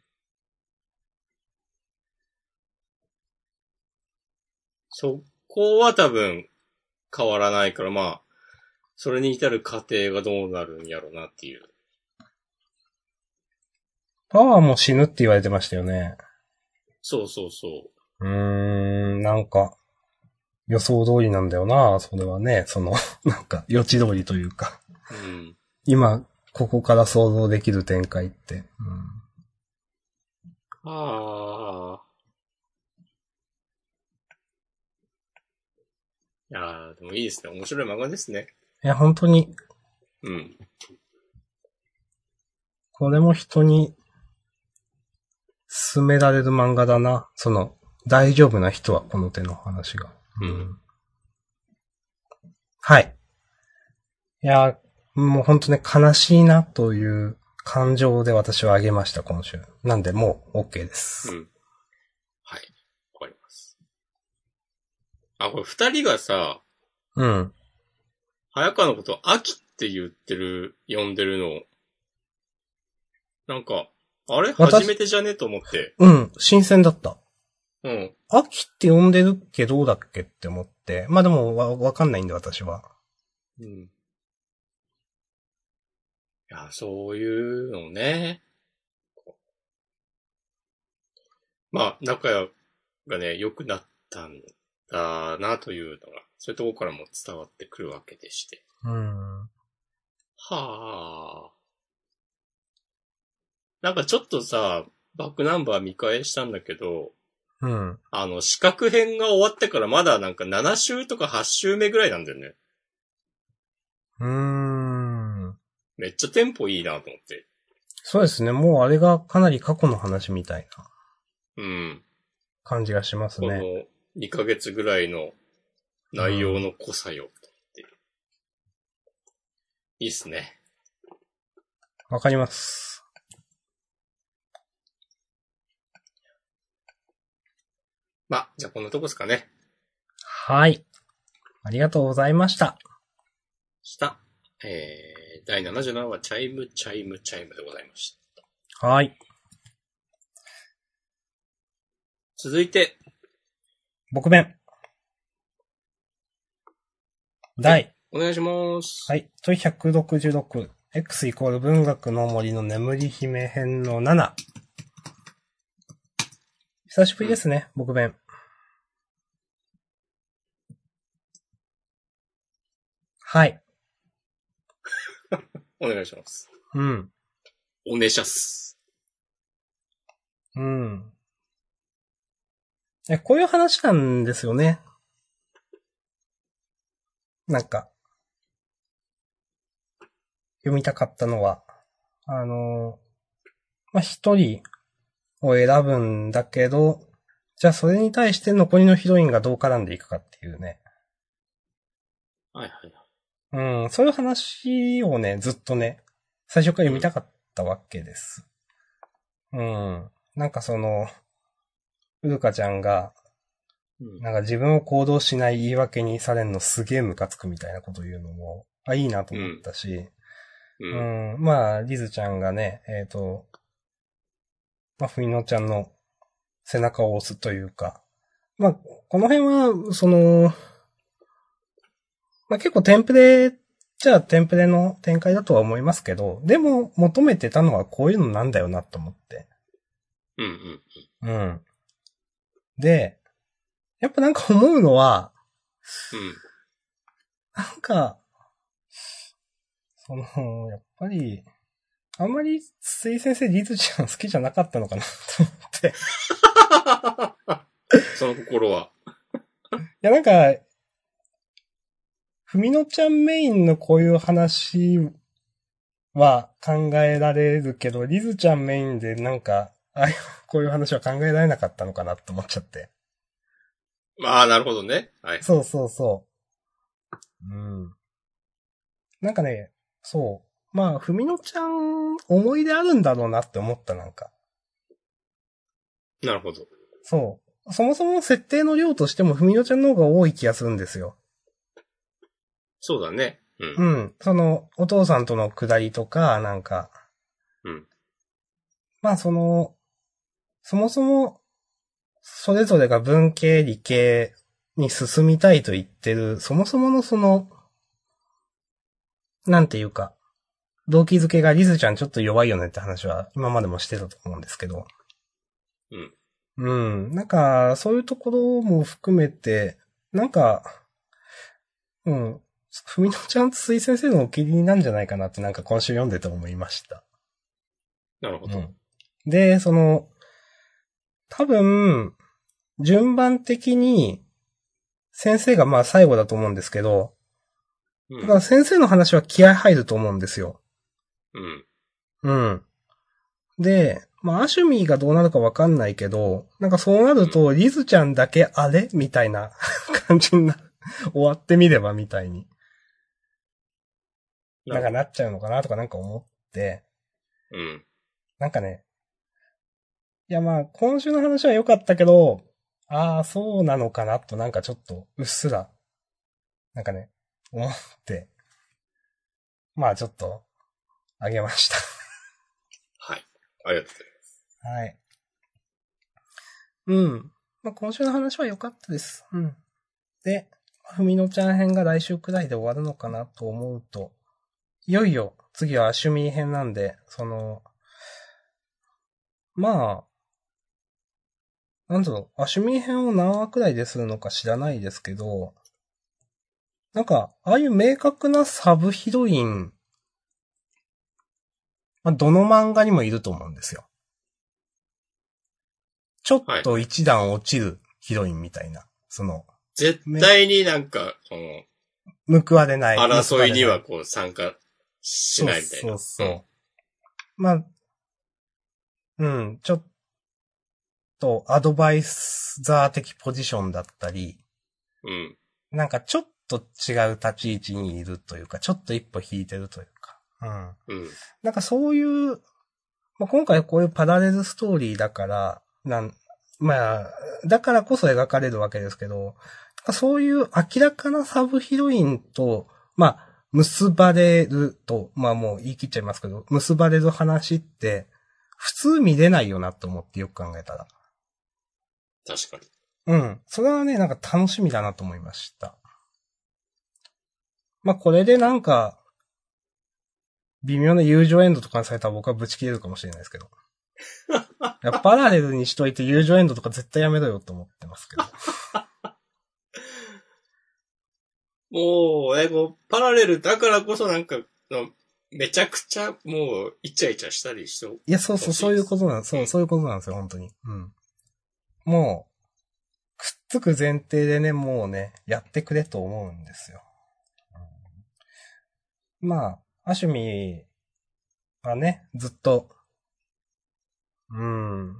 S1: そこは多分変わらないから、まあ、それに至る過程がどうなるんやろうなっていう。
S2: パワーも死ぬって言われてましたよね。
S1: そうそうそう
S2: ーん、なんか、予想通りなんだよな、それはね。その、 なんか、予知通りというか。
S1: う。うん。
S2: 今、ここから想像できる展開って。
S1: ああ。いやー、でもいいですね。面白い漫画ですね。
S2: うん、いや、本当に、
S1: うん。
S2: これも人に、勧められる漫画だな。その、大丈夫な人はこの手の話が。
S1: うん
S2: はい。いや、もう本当ね、悲しいなという感情で私はあげました、今週。なんで、もう OK で
S1: う
S2: す。
S1: ん。はい。わかります。あ、これ二人がさ、
S2: うん。
S1: 早川のことを秋って言ってる、呼んでるのを、なんか、あれ
S2: 私
S1: 初めてじゃねと思って。
S2: うん、新鮮だった。
S1: うん。
S2: 秋って呼んでるけど、どうだっけって思って。まあでも、わ、わかんないんで、私は。
S1: うん。や、そういうのね。まあ、仲がね、良くなったんだなというのが、そういうとこからも伝わってくるわけでして。
S2: うん。
S1: はあ。なんかちょっとさ、バックナンバー見返したんだけど、
S2: うん。
S1: あの、四角編が終わってからまだなんか7週とか8週目ぐらいなんだよね。
S2: うん。
S1: めっちゃテンポいいなと思って。
S2: そうですね。もうあれがかなり過去の話みたいな
S1: うん。
S2: 感じがします
S1: こ
S2: ね。
S1: の2ヶ月ぐらいの内容の濃さよ、って。いいっすね。
S2: わかります。
S1: まあ、じゃあこんなとこですかね。
S2: はい。ありがとうございました。
S1: 下。えー、第77話、チャイム、チャイム、チャイムでございました。
S2: はい。
S1: 続いて、
S2: 僕弁。第、
S1: お願いします。
S2: はい、問い166。X イコール文学の森の眠り姫編の7。久しぶりですね、僕弁。はい。
S1: お願いします。
S2: うん。
S1: おねしゃす。
S2: うん。え、こういう話なんですよね。なんか、読みたかったのは、あの、まあ、一人を選ぶんだけど、じゃあそれに対して残りのヒロインがどう絡んでいくかっていうね。
S1: はいはい。
S2: うん、そういう話をね、ずっとね、最初から読みたかったわけです。うん。なんかその、うるかちゃんが、
S1: うん
S2: なんか自分を行動しない言い訳にされんのすげえムカつくみたいなこと言うのも、あ、いいなと思ったし、
S1: う。
S2: うんん、まあ、リズちゃんがね、えっ、と、まあ、ふみのちゃんの背中を押すというか、まあ、この辺は、その、まあ結構テンプレじゃあテンプレの展開だとは思いますけど、でも求めてたのはこういうのなんだよなと思って。
S1: うんうん。
S2: うん。で、やっぱなんか思うのは、なんか、その、やっぱり、あんまり、筒井先生、リズちゃん好きじゃなかったのかなと思って。
S1: う
S2: い
S1: ん。その心は。
S2: や、なんか、ふみのちゃんメインのこういう話は考えられるけど、リズちゃんメインでなんか、あこういう話は考えられなかったのかなと思っちゃって。
S1: まあ、なるほどね。はい。
S2: そうそうそう。うん。なんかね、そう。まあ、ふみのちゃん、思い出あるんだろうなって思った、なんか。
S1: なるほど。
S2: そう。そもそも設定の量としても、ふみのちゃんの方が多い気がするんですよ。
S1: そうだね。うん。
S2: う
S1: うん
S2: ん。その、お父さんとの下りとか、なんか。
S1: うん。
S2: まあ、その、そもそも、それぞれが文系、理系に進みたいと言ってる、そもそものその、なんていうか、動機づけがリズちゃんちょっと弱いよねって話は今までもしてたと思うんですけど。
S1: うん。
S2: うん。なんか、そういうところも含めて、なんか、うん。ふみのちゃんと水先生のお気に入りなんじゃないかなってなんか今週読んでて思いました。
S1: なるほど。
S2: で、その、多分、順番的に、先生がまあ最後だと思うんですけど、
S1: う
S2: だから
S1: ん。
S2: 先生の話は気合入ると思うんですよ。
S1: うん。
S2: うん。で、まあ、アシュミーがどうなるかわかんないけど、なんかそうなると、リズちゃんだけあれみたいな 感じにな、終わってみればみたいに。なんかなっちゃうのかなとかなんか思って、
S1: うん。
S2: なんかね、いやまあ、今週の話は良かったけど、ああ、そうなのかなとなんかちょっと、うっすら、なんかね、思って、まあちょっと、あげました。
S1: はい。ありがとうございま
S2: はい。うん。まあ、今週の話は良かったです。うん。で、ふみのちゃん編が来週くらいで終わるのかなと思うと、いよいよ、次は趣味編なんで、その、まあ、なんだろう、アシュミ編を何話くらいでするのか知らないですけど、なんか、ああいう明確なサブヒロイン、まあ、どの漫画にもいると思うんですよ。ちょっと一段落ちるヒロインみたいな、その、
S1: 絶対になんか、この、
S2: 報われない。
S1: 争いに
S2: 報われな
S1: はこう参加しないみたいな。
S2: そうそうそうまあ、うん、ちょっとアドバイザー的ポジションだったり、
S1: うん。うん。
S2: なんかちょっと違う立ち位置にいるというか、ちょっと一歩引いてるというか、うん。
S1: うん。
S2: なんかそういう、まあ、今回こういうパラレルストーリーだから、なん、まあ、だからこそ描かれるわけですけど、なんかそういう明らかなサブヒロインと、まあ、結ばれると、まあもう言い切っちゃいますけど、結ばれる話って、普通見れないよなと思ってよく考えたら。
S1: 確かに。
S2: うん。それはね、なんか楽しみだなと思いました。まあ、これでなんか、微妙な友情エンドとかにされたら僕はブチ切れるかもしれないですけど。いやパラレルにしといて友情エンドとか絶対やめろよと思ってますけど。
S1: もう、ね、こう、パラレルだからこそなんか、のめちゃくちゃ、もう、イチャイチャしたりして、
S2: いや、そうそう、そういうことなん、そうう、
S1: ん
S2: そういうことなんですよ、本当に。うん。もう、くっつく前提でね、もうね、やってくれと思うんですよ。うんまあ、アシュミはね、ずっと、うん。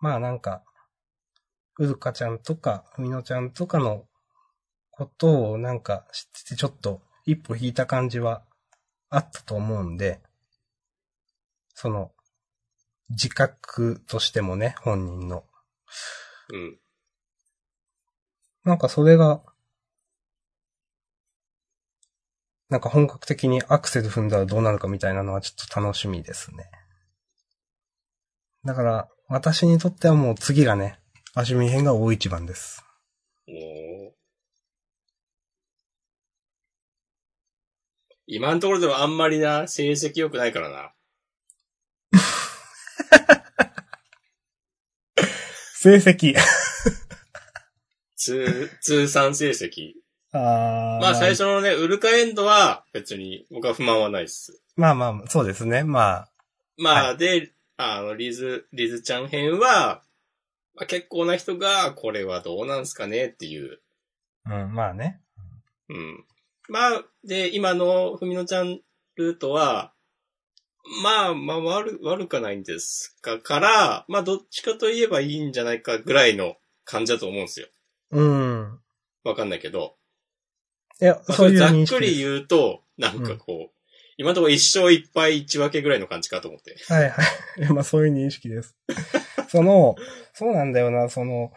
S2: まあなんか、ウルカちゃんとか、ミノちゃんとかのことをなんか知ってて、ちょっと一歩引いた感じはあったと思うんで、その、自覚としてもね、本人の。
S1: うん。
S2: なんかそれが、なんか本格的にアクセル踏んだらどうなるかみたいなのはちょっと楽しみですね。だから、私にとってはもう次がね、足見編が大一番です。
S1: もう、今のところではあんまりな、成績良くないからな。
S2: 成績。
S1: 通、 通算成績。
S2: あー
S1: まあ最。初のね、ウルカエンドは別に僕は不満はないです。
S2: まあまあ、そうですね。ま
S1: ま
S2: は
S1: あで、あの、リズ、リズちゃん編は、まあ、結構な人がこれはどうなんすかねっていう。
S2: あ、うん、まあね。
S1: うん。まあ、で、今のふみのちゃんルートは、まあまあ悪、悪くはないんですかから、まあどっちかといえばいいんじゃないかぐらいの感じだと思うんですよ。
S2: うん。
S1: わかんないけど。
S2: いや、
S1: まあ
S2: そういう
S1: ざっ
S2: 認識
S1: く
S2: です
S1: り言うと、なんかこう、今のところ一生いっぱい一分けぐらいの感じかと思って。
S2: はい はい。まあそういう認識です。 その、そうなんだよな、その、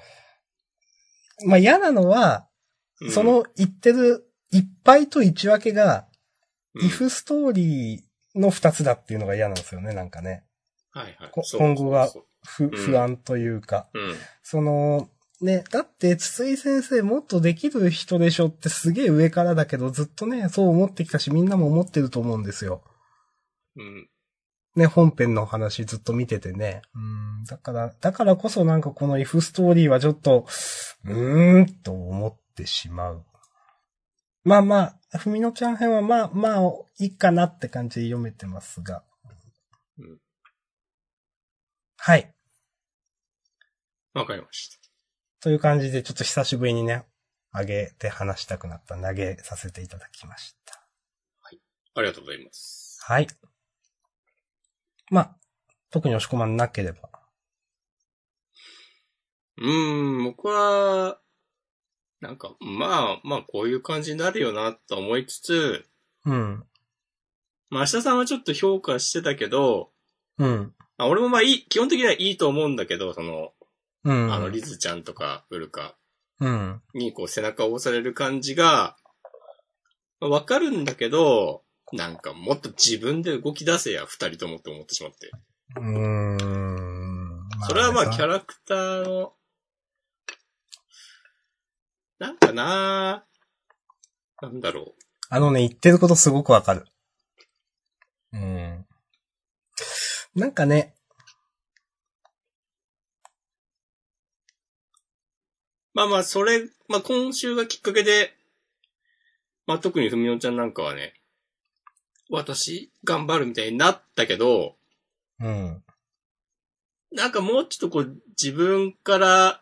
S2: まあ嫌なのは、
S1: うん
S2: そ、の言ってる、いっぱいと一分けが、
S1: うん
S2: イフストーリーの二つだっていうのが嫌なんですよね、なんかね。
S1: はいはい
S2: こ。
S1: そう
S2: 今後が
S1: そう
S2: ふ、
S1: ん
S2: 不安というか。
S1: そううん。
S2: その、ね、だって、筒井先生もっとできる人でしょってすげえ上からだけど、ずっとね、そう思ってきたし、みんなも思ってると思うんですよ。
S1: うん。
S2: ね、本編の話ずっと見ててね。うん、だから、だからこそなんかこの F ストーリーはちょっと、うーん、と思ってしまう。まあまあ、ふみのちゃん編はまあまあ、いいかなって感じで読めてますが。
S1: うん
S2: はい。
S1: わかりました。
S2: という感じで、ちょっと久しぶりにね、あげて話したくなった、投げさせていただきました。
S1: ありがとうございます。
S2: はい。まあ、特に押し込まんなければ。
S1: うーん、僕は、なんか、まあ、まあ、こういう感じになるよな、と思いつつ、
S2: うん。
S1: まあ、明日さんはちょっと評価してたけど、
S2: うん。
S1: あ俺もまあ、いい、基本的にはいいと思うんだけど、その、
S2: うん。
S1: あの、リズちゃんとか、ウルカ
S2: うん。
S1: に、こう、背中を押される感じが、まあわかるんだけど、なんか、もっと自分で動き出せや、二人ともって思ってしまって。
S2: うーん。
S1: それはまあキャ
S2: ラ。
S1: ラクターの、なんかななんだろう。
S2: あのね、言ってることすごくわかる。うん。なんかね、
S1: まあまあ、それ、まあ今週がきっかけで、まあ特にふみおちゃんなんかはね、私、頑張るみたいになったけど、
S2: うん。
S1: なんかもうちょっとこう、自分から、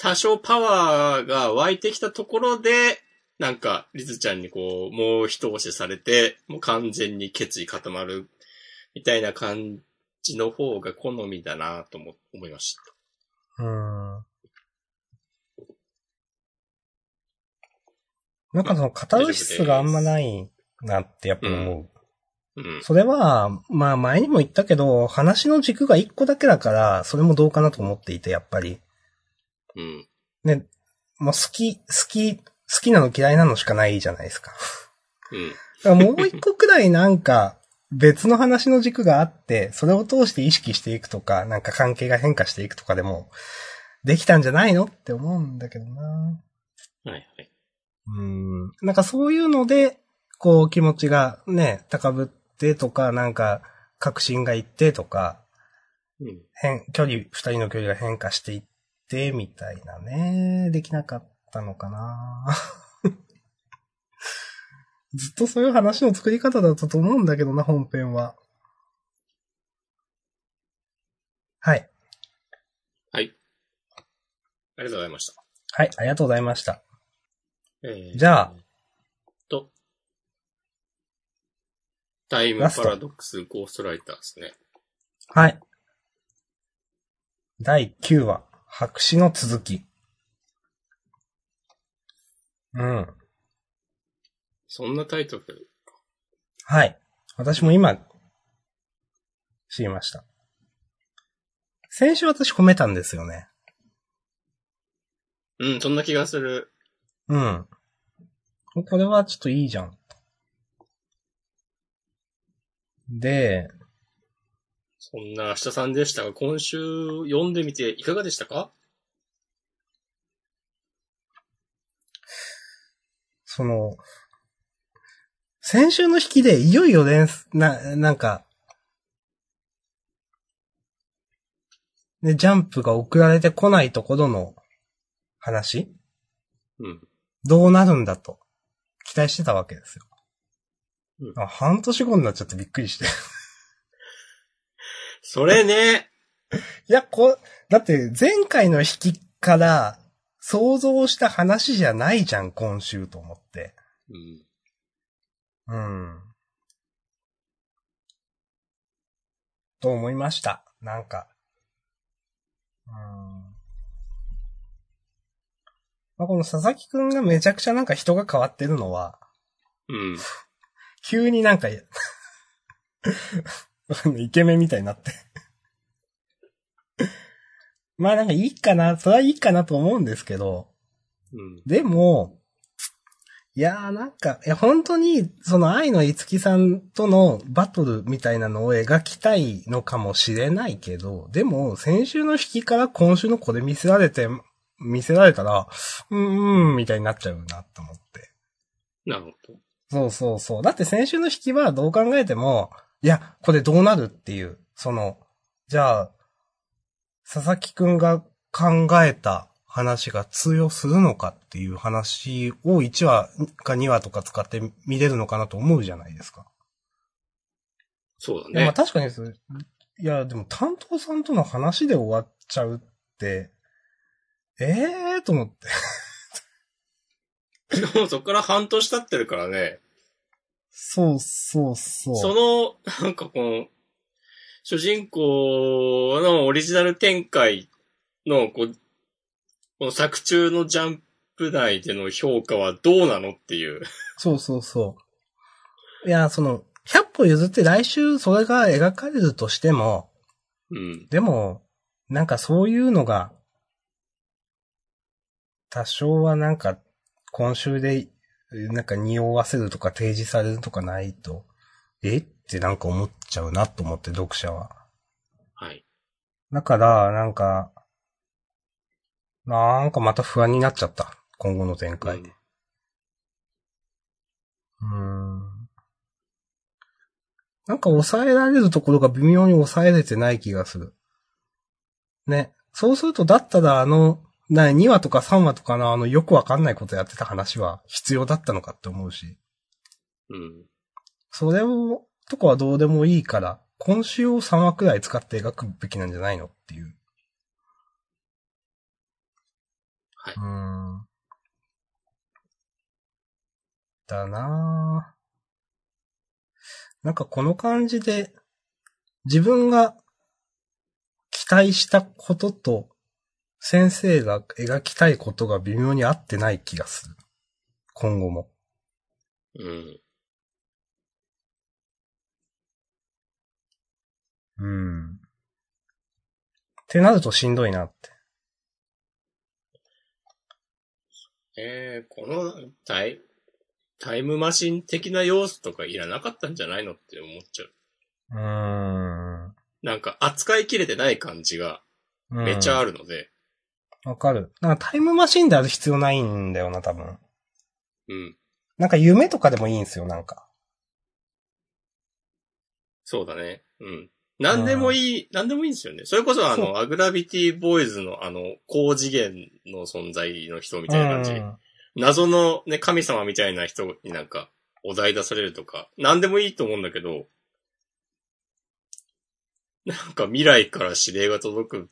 S1: 多少パワーが湧いてきたところで、なんか、リズちゃんにこう、もう一押しされて、もう完全に決意固まる、みたいな感じの方が好みだなと思、思いました。
S2: うん。なんかその、カタルシスがあんまないなってやっぱ思う。
S1: うん。
S2: それは、まあ前にも言ったけど、話の軸が一個だけだから、それもどうかなと思っていて、やっぱり。
S1: うん。
S2: ね、もう好き、好き、好きなの嫌いなのしかないじゃないですか。
S1: うん。
S2: だからもう一個くらいなんか、別の話の軸があって、それを通して意識していくとか、なんか関係が変化していくとかでも、できたんじゃないのって思うんだけどな
S1: はいはい。
S2: うん。なんかそういうので、こう気持ちがね、高ぶってとか、なんか、確信がいってとか、
S1: うん。
S2: 変、距離、二人の距離が変化していって、みたいなね、できなかったのかな ずっとそういう話の作り方だったと思うんだけどな、本編は。はい。
S1: ありがとうございました。
S2: はい、ありがとうございました。
S1: え
S2: じゃあ。
S1: と。タイムパラドックスゴーストライターですね。
S2: はい。第9話、白紙の続き。うん。
S1: そんなタイトル。
S2: はい。私も今、知りました。先週私褒めたんですよね。
S1: うん、そんな気がする。
S2: うん。これはちょっといいじゃん。で、
S1: そんな明日さんでしたが、今週読んでみていかがでしたか
S2: その、先週の引きでいよいよ連す、な、なんか、で、ジャンプが送られてこないところの話
S1: うん。
S2: どうなるんだと、期待してたわけですよ。
S1: う
S2: あ半年後になっちゃってびっくりして。
S1: それね。
S2: いや、こ、だって前回の引きから想像した話じゃないじゃん、今週と思って。
S1: うん。
S2: うん。と思いました。なんか。うん。まあ、この佐々木くんがめちゃくちゃなんか人が変わってるのは、
S1: うん。
S2: 急になんか、 わかんないイケメンみたいになって。 まあなんかいいかな、それはいいかなと思うんですけど、
S1: うん。
S2: でも、いやーなんか、いや本当に、その愛のいつきさんとのバトルみたいなのを描きたいのかもしれないけど、でも、先週の引きから今週のこれ見せられて、見せられたら、うん、うん、みたいになっちゃうなと思って。
S1: なるほど。
S2: そうそうそう。だって先週の引きはどう考えても、いや、これどうなるっていう、その、じゃあ、佐々木くんが考えた話が通用するのかっていう話を1話か2話とか使って見れるのかなと思うじゃないですか。
S1: そうだ
S2: いやま
S1: ね
S2: あ。確かにです。いや、でも担当さんとの話で終わっちゃうって、ええー、と思って。
S1: しかもそこから半年経ってるからね。
S2: そうそうそう。
S1: その、なんかこの、主人公のオリジナル展開の、こう、この作中のジャンプ内での評価はどうなのっていう。
S2: そうそうそう。いや、その、100歩譲って来週それが描かれるとしても、
S1: うん。
S2: でも、なんかそういうのが、多少はなんか、今週で、なんか匂わせるとか提示されるとかないと、えってなんか思っちゃうなと思って、読者は。
S1: はい。
S2: だから、なんか、なんかまた不安になっちゃった。今後の展開。
S1: うん
S2: うん。なんか抑えられるところが微妙に抑えれてない気がする。ね。そうすると、だったらあの、な、2話とか3話とかのあの、よくわかんないことやってた話は必要だったのかって思うし。
S1: うん。
S2: それを、とかはどうでもいいから、今週を3話くらい使って描くべきなんじゃないのっていう。
S1: はいう
S2: ーん。だなぁ。なんかこの感じで、自分が期待したことと、先生が描きたいことが微妙に合ってない気がする。今後も。
S1: うん。
S2: うん。ってなるとしんどいなって。
S1: えー、このタイ、タイムマシン的な要素とかいらなかったんじゃないのって思っちゃう。
S2: うーん。
S1: なんか扱いきれてない感じがめっちゃあるので、
S2: わかる。なんかタイムマシンである必要ないんだよな、多分。
S1: うん。
S2: なんか夢とかでもいいんすよ、なんか。
S1: そうだね。うん。なんでもいい、なんでもいいんですよね。それこそあ
S2: そう
S1: の、アグラビティボーイズのあの、高次元の存在の人みたいな感じ。
S2: うん
S1: 謎のね、神様みたいな人になんか、お題出されるとか、なんでもいいと思うんだけど、なんか未来から指令が届く、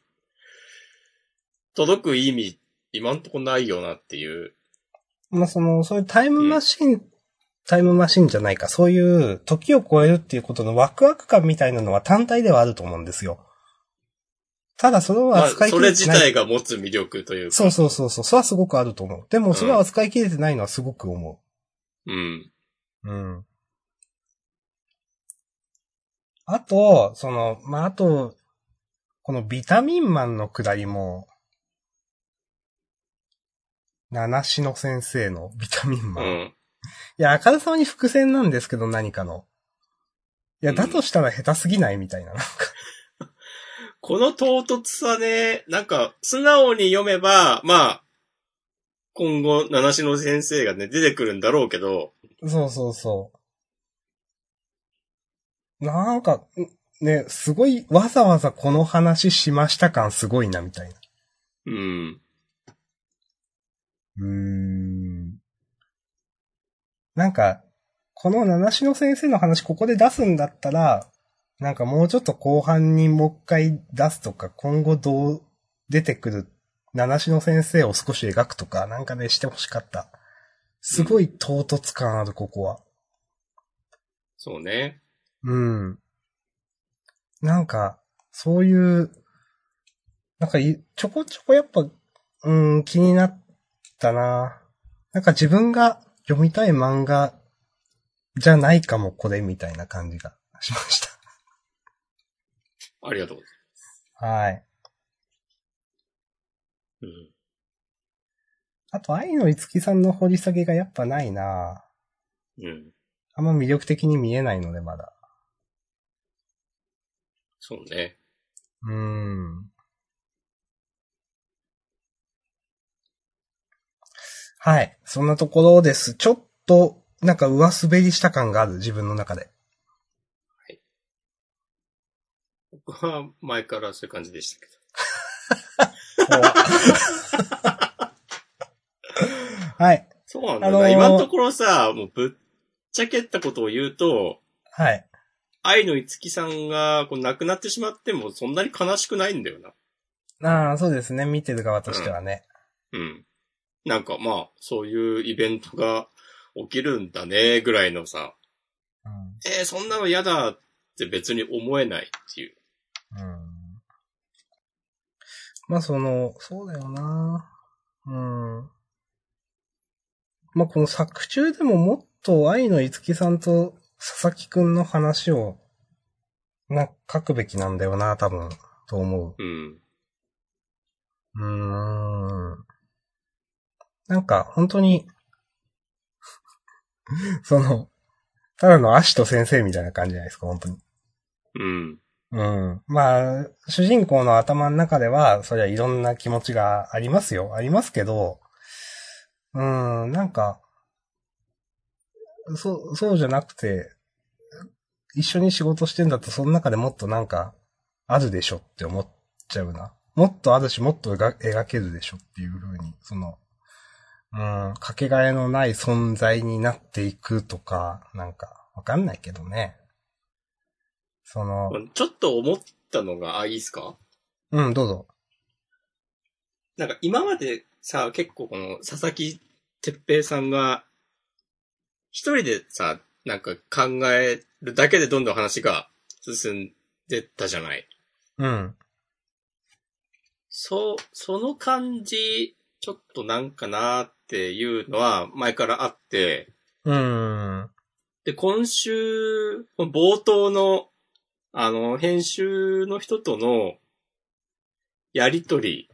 S1: 届く意味、今んとこないよなっていう。
S2: まあ、その、そういうタイムマシン、タイムマシンじゃないか、そういう時を超えるっていうことのワクワク感みたいなのは単体ではあると思うんですよ。ただそれは
S1: まあ、
S2: 扱い
S1: そ
S2: き
S1: れ
S2: れて
S1: 自
S2: な
S1: 体
S2: い。
S1: が持つ魅力というか。
S2: そうそうそうそう、それはすごくあると思う。でもそれは扱いきれてないのはすごく思う。
S1: うん。
S2: うん。あと、その、まあ、あと、このビタミンマンのくだりも、七しの先生のビタミン
S1: う
S2: マン。い
S1: ん。
S2: や、あからさまに伏線なんですけど、何かの。いや、
S1: うん
S2: だとしたら下手すぎないみたいな。 なんか
S1: この唐突さね、なんか、素直に読めば、まあ、今後、七種の先生がね、出てくるんだろうけど、
S2: そうそうそう。なんか、んね、すごい、わざわざこの話しました感すごいな、みたいな。
S1: うん。
S2: うーんなんか、この七種の先生の話ここで出すんだったら、なんかもうちょっと後半にもう一回出すとか、今後どう出てくる七種の先生を少し描くとか、なんかね、してほしかった。すごい唐突感ある、ここは。
S1: そうね。
S2: うん。なんか、そういう、なんかい、ちょこちょこやっぱ、うん、気になったななんか自分が読みたい漫画じゃないかも、これ、みたいな感じがしまし
S1: ありがとう。
S2: た。 はい。
S1: うん。
S2: あと、愛のいつきさんの掘り下げがやっぱないな
S1: うん。
S2: あんま魅力的に見えないので、まだ。
S1: そうね。
S2: うーん。はい。そんなところです。ちょっと、なんか上滑りした感がある、自分の中で。
S1: 僕は前からそういう感じでしたけ
S2: はい。
S1: ど。そうなんだよな、
S2: あのー
S1: 今のところさ、もうぶっちゃけったことを言うと、
S2: はい。
S1: 愛のいつきさんがこう亡くなってしまってもそんなに悲しくないんだよな。
S2: ああ、そうですね。見てる側としてはね。
S1: うん。なんかまあ、そういうイベントが起きるんだね、ぐらいのさ、
S2: うん。
S1: えー、そんなの嫌だって別に思えないっていう。
S2: うん。まあ、その、そうだよな。うん。まあ、この作中でももっと愛のいつきさんと佐々木くんの話を、な、書くべきなんだよな、多分、と思う。
S1: うん。
S2: うーん。なんか、本当に、その、ただのアシと先生みたいな感じじゃないですか、本当に。
S1: うん。
S2: うん。まあ、主人公の頭の中では、そりゃいろんな気持ちがありますよ。ありますけど、うーん、なんか、そう、そうじゃなくて、一緒に仕事してんだとその中でもっとなんか、あるでしょって思っちゃうな。もっとあるし、もっとが描けるでしょっていう風に、その、うん、かけがえのない存在になっていくとか、なんか、わかんないけどね。その、
S1: ちょっと思ったのが、あ、いいっすか
S2: うん、どうぞ。
S1: なんか今までさ、結構この佐々木哲平さんが、一人でさ、なんか考えるだけでどんどん話が進んでったじゃない。
S2: うん。
S1: そう、その感じ、ちょっとなんかなーっていうのは前からあって、
S2: うん。
S1: で、今週、冒頭の、あの、編集の人との、やりとり、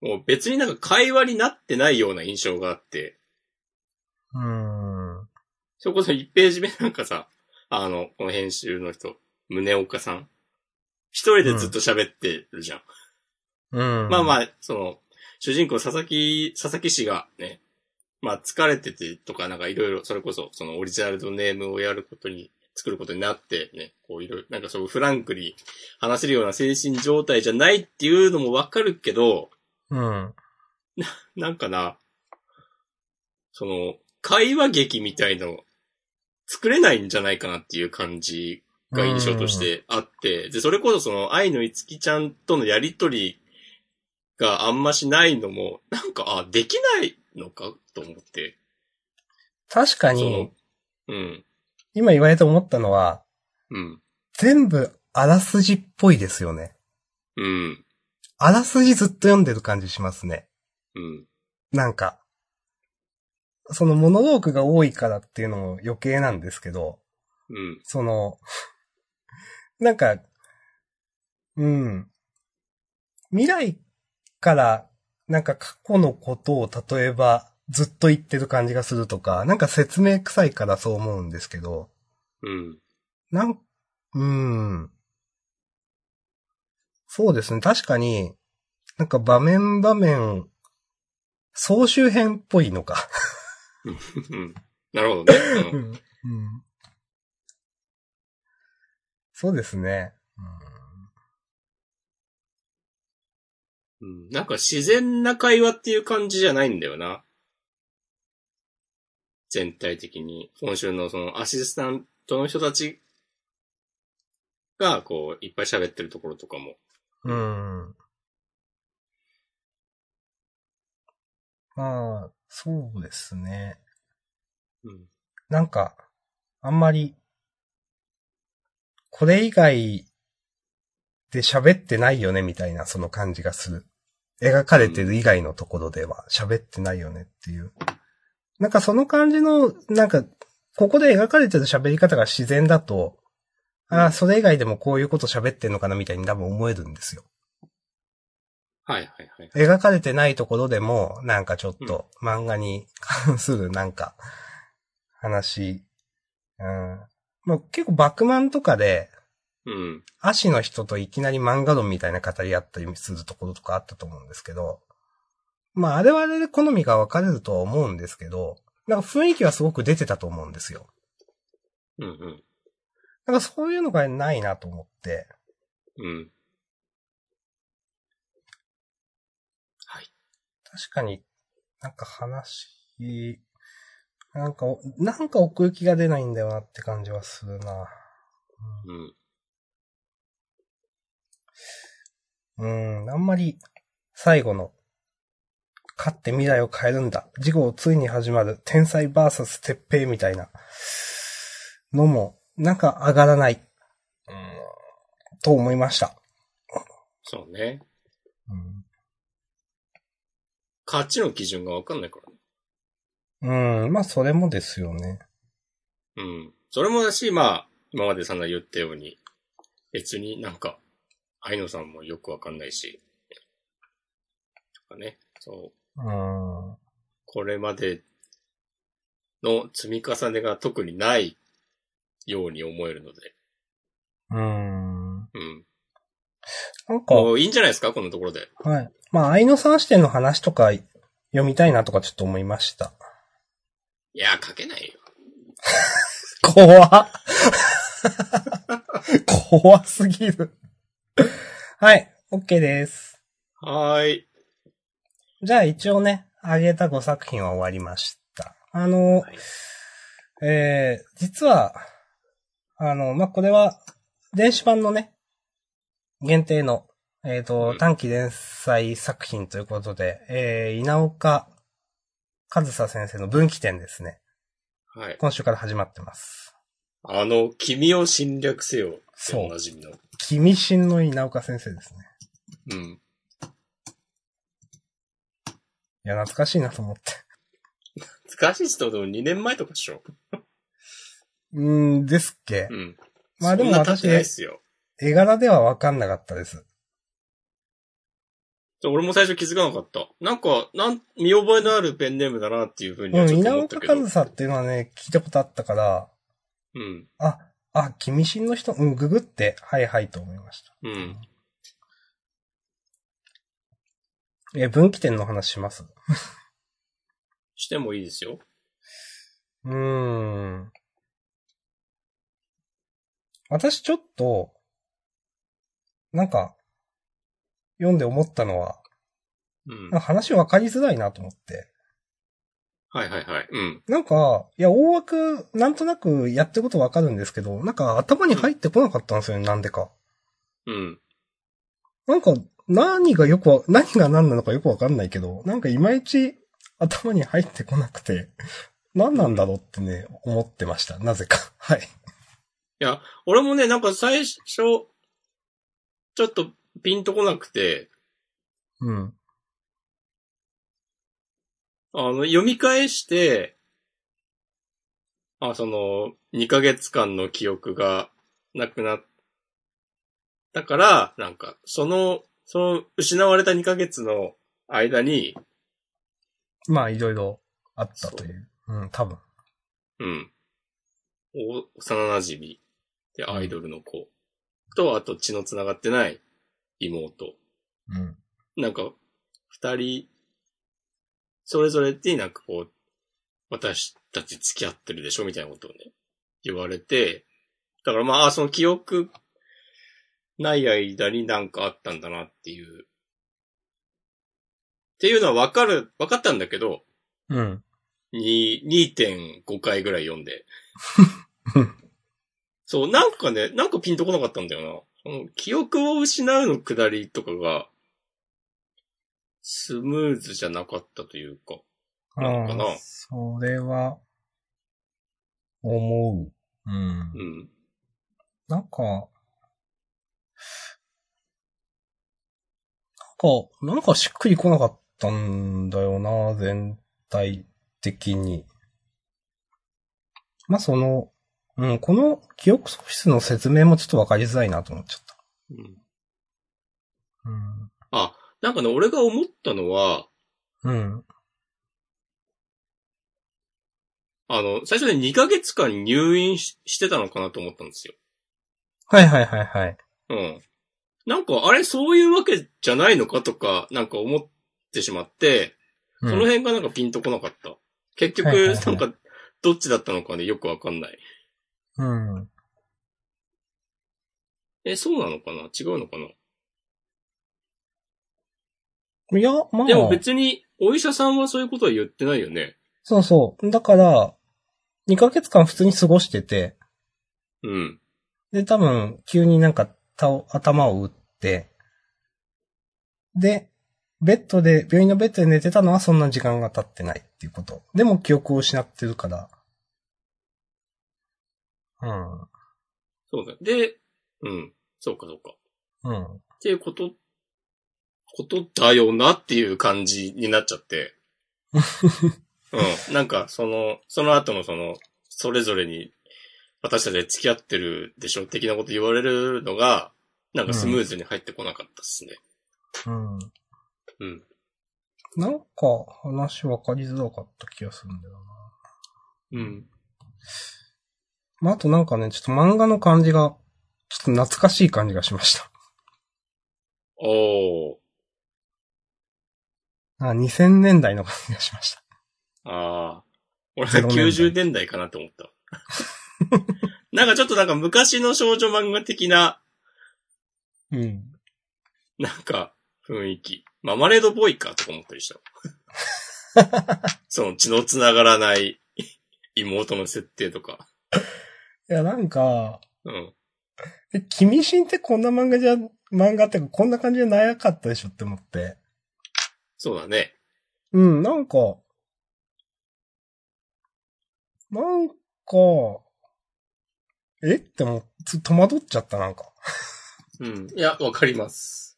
S1: もう別になんか会話になってないような印象があって、
S2: うん。
S1: それこそ1ページ目なんかさ、あの、この編集の人、宗岡さん。一人でずっと喋ってるじゃん。
S2: うん。
S1: まあま
S2: あ。
S1: あ、その、主人公佐々木、佐々木氏がね、まあ疲れててとかなんかいろいろ、それこそそのオリジナルのネームをやることに、作ることになってね、こういろいろ、なんかそうフランクに話せるような精神状態じゃないっていうのもわかるけど、
S2: うん。
S1: なんかな、その、会話劇みたいの、作れないんじゃないかなっていう感じが印象とし。てあって、で、それこそその愛のいつきちゃんとのやりとりがあんましないのも、なんか、あ、できないのかと思って。
S2: 確か
S1: そ
S2: に
S1: の、、うん、
S2: 今言われて思ったのは、
S1: うん、
S2: 全部あらすじっぽいですよね。
S1: うん、
S2: あらすじずっと読んでる感じしますね。
S1: うん、
S2: なんか。そのモノローグが多いからっていうのも余計なんですけど、
S1: うん、
S2: その、なんか、うん。未来から、なんか過去のことを例えばずっと言ってる感じがするとか、なんか説明臭いからそう思うんですけど、
S1: うん、
S2: なん、うーん。そうですね。確かに、なんか場面場面、総集編っぽいのか。
S1: うん。 なるほどね。う
S2: うんんそうですね。
S1: うんなんか自然な会話っていう感じじゃないんだよな。全体的に。今週のそのアシスタントの人たちが、こう、いっぱい喋ってるところとかも。
S2: うん。うん。まあ、そうですね。
S1: うん
S2: なんか、あんまり、これ以外で喋ってないよねみたいなその感じがする。描かれてる以外のところでは喋ってないよねっていう。なんかその感じの、なんか、ここで描かれてる喋り方が自然だと、ああ、それ以外でもこういうこと喋ってんのかなみたいに多分思えるんですよ。
S1: はいはいはい。
S2: 描かれてないところでも、なんかちょっと漫画に関するなんか話、うん。まあ、結構バックマンとかで、
S1: うん。
S2: アシの人といきなり漫画論みたいな語り合ったりするところとかあったと思うんですけど、まあ、あれはあれで好みが分かれるとは思うんですけど、なんか雰囲気はすごく出てたと思うんですよ。
S1: うんうん。
S2: なんかそういうのがないなと思って、
S1: うん。
S2: 確かになんか話、なんかお、なんか奥行きが出ないんだよなって感じはするな。
S1: うん。
S2: うん、あんまり、最後の、勝って未来を変えるんだ。事後ついに始まる、天才バーサス鉄平みたいな、のも、なんか上がらない、うん、と思いました。
S1: そうね。
S2: うん
S1: 価値の基準がわかんないからね。
S2: うん、まあ、それもですよね。
S1: うん。それもだし、まあ、今までさんが言ったように、別になんか、愛野さんもよくわかんないし、とかね。そう。
S2: うん。
S1: これまでの積み重ねが特にないように思えるので。
S2: うん。
S1: うん。
S2: なんか、
S1: もういいんじゃないですかこのところで。
S2: はい。まあ、愛のさん視点の話とか読みたいなとかちょっと思いました。
S1: いや、書けないよ。
S2: 怖っ怖すぎる。はい、OK です。
S1: はーい。
S2: じゃあ一応ね、あげた5作品は終わりました。あの、
S1: はい
S2: えー、実は、あの、まあ、これは、電子版のね、限定の、えっ、と
S1: う、ん
S2: 短期連載作品ということで、えー、稲岡和沙先生の分岐点ですね。
S1: はい。
S2: 今週から始まってます。
S1: あの、君を侵略せよ。
S2: そう
S1: おなじみの。
S2: 君新の稲岡先生ですね。
S1: うん。
S2: いや、懐かしいなと思って。
S1: 難しい人でも2年前とかでしょ。
S2: うーん、ですっけ
S1: うん。
S2: まあでも
S1: そんな経っ
S2: 私
S1: てないっすよ。
S2: 絵柄ではわかんなかったです。
S1: 俺も最初気づかなかった。なんか、なん、見覚えのあるペンネームだなっていうふうに
S2: う
S1: はち
S2: ん、
S1: ょっと
S2: 稲
S1: 思った
S2: 岡
S1: けど。
S2: 和沙っていうのはね、聞いたことあったから、
S1: うん。
S2: あ、あ、君新の人、うん、ググって、はいはいと思いました。
S1: うん。
S2: え、分岐点の話します。
S1: してもいいですよ。
S2: うーん。私ちょっと、なんか、読んで思ったのは、
S1: うん。
S2: なんか話分かりづらいなと思って。
S1: はいはいはい。うん。
S2: なんか、いや、大枠、なんとなくやってること分かるんですけど、なんか頭に入ってこなかったんですよね、なんでか。
S1: うん。
S2: なんか、何がよくわ、何が何なのかよくわかんないけど、なんかいまいち頭に入ってこなくて、何なんだろうってね、思ってました。なぜか。 はい。
S1: 俺もね、なんか最初、ちょっとピンとこなくて、
S2: うん。
S1: あの、読み返して、あ、その、2ヶ月間の記憶がなくなったから、なんか、その、その、失われた2ヶ月の間に、
S2: まあ、いろいろあったという。うん、多分。
S1: うん。お、幼馴染み。で、アイドルの子。と、あと血の繋がってない妹。
S2: うん。
S1: なんか、二人、それぞれになんかこう、私たち付き合ってるでしょみたいなことをね、言われて、だからまあ、その記憶ない間になんかあったんだなっていう。っていうのはわかる、わかったんだけど、
S2: うん。
S1: に2.5回ぐらい読ん で。そう、なんかね、なんかピンとこなかったんだよな。その記憶を失うのくだりとかが、スムーズじゃなかったというか。なのかな
S2: うんそれは、思う。う
S1: う。
S2: ん
S1: ん。
S2: なんか、なんか、なんかしっくりこなかったんだよな、全体的に。まあ、その、うん、この記憶喪失の説明もちょっとわかりづらいなと思っちゃっ
S1: うん、
S2: た。
S1: あ、なんかね、俺が思ったのは、
S2: うん。うん。
S1: あの、最初ね、2ヶ月間入院ししてたのかなと思ったんですよ。
S2: はいはいはいはい。
S1: うん。なんか、あれ、そういうわけじゃないのかとか、なんか思ってしまって、
S2: うん
S1: その辺がなんかピンとこなかった。結局、
S2: はいはいはい
S1: なんか、どっちだったのかね、よくわかんない。
S2: うん。
S1: え、そうなのかな違うのかない
S2: や、まあ。
S1: でも別に、お医者さんはそういうことは言ってないよね。
S2: そうそう。だから、2ヶ月間普通に過ごしてて、
S1: うん。
S2: で、多分、急になんか、たお頭を打って、で、ベッドで、病院のベッドで寝てたのはそんな時間が経ってないっていうこと。でも記憶を失ってるから。う
S1: そうだ。で、うん。そうか、そうか。
S2: ん。うん。
S1: っていうこと、ことだよなっていう感じになっちゃ って。うん。なんか、その、その後のその、それぞれに、私たち付き合ってるでしょ的なこと言われるのが、なんかスムーズに入ってこなかったっすね。
S2: うん。
S1: うん。
S2: なんか、話分かりづらかった気がするんだよな。
S1: うん。
S2: まあ、あとなんかね、ちょっと漫画の感じが、ちょっと懐かしい感じがしました。
S1: おー。
S2: あ、2000年代の感じがしました。
S1: ああ。俺
S2: ゼロ
S1: は
S2: 年代
S1: 90年代かなと思った。なんかちょっとなんか昔の少女漫画的な、
S2: うん。
S1: なんか、雰囲気。マーマレードボーイかとか思ったり した。その血の繋がらない妹の設定とか。
S2: いや、なんか、
S1: うん。
S2: え君しんってこんな漫画じゃ、漫画ってかこんな感じじゃなかったでしょって思って。
S1: そうだね。
S2: うん、なんか、なんか、えってもう、つ戸惑っちゃった、なんか。
S1: うん。いや、わかります。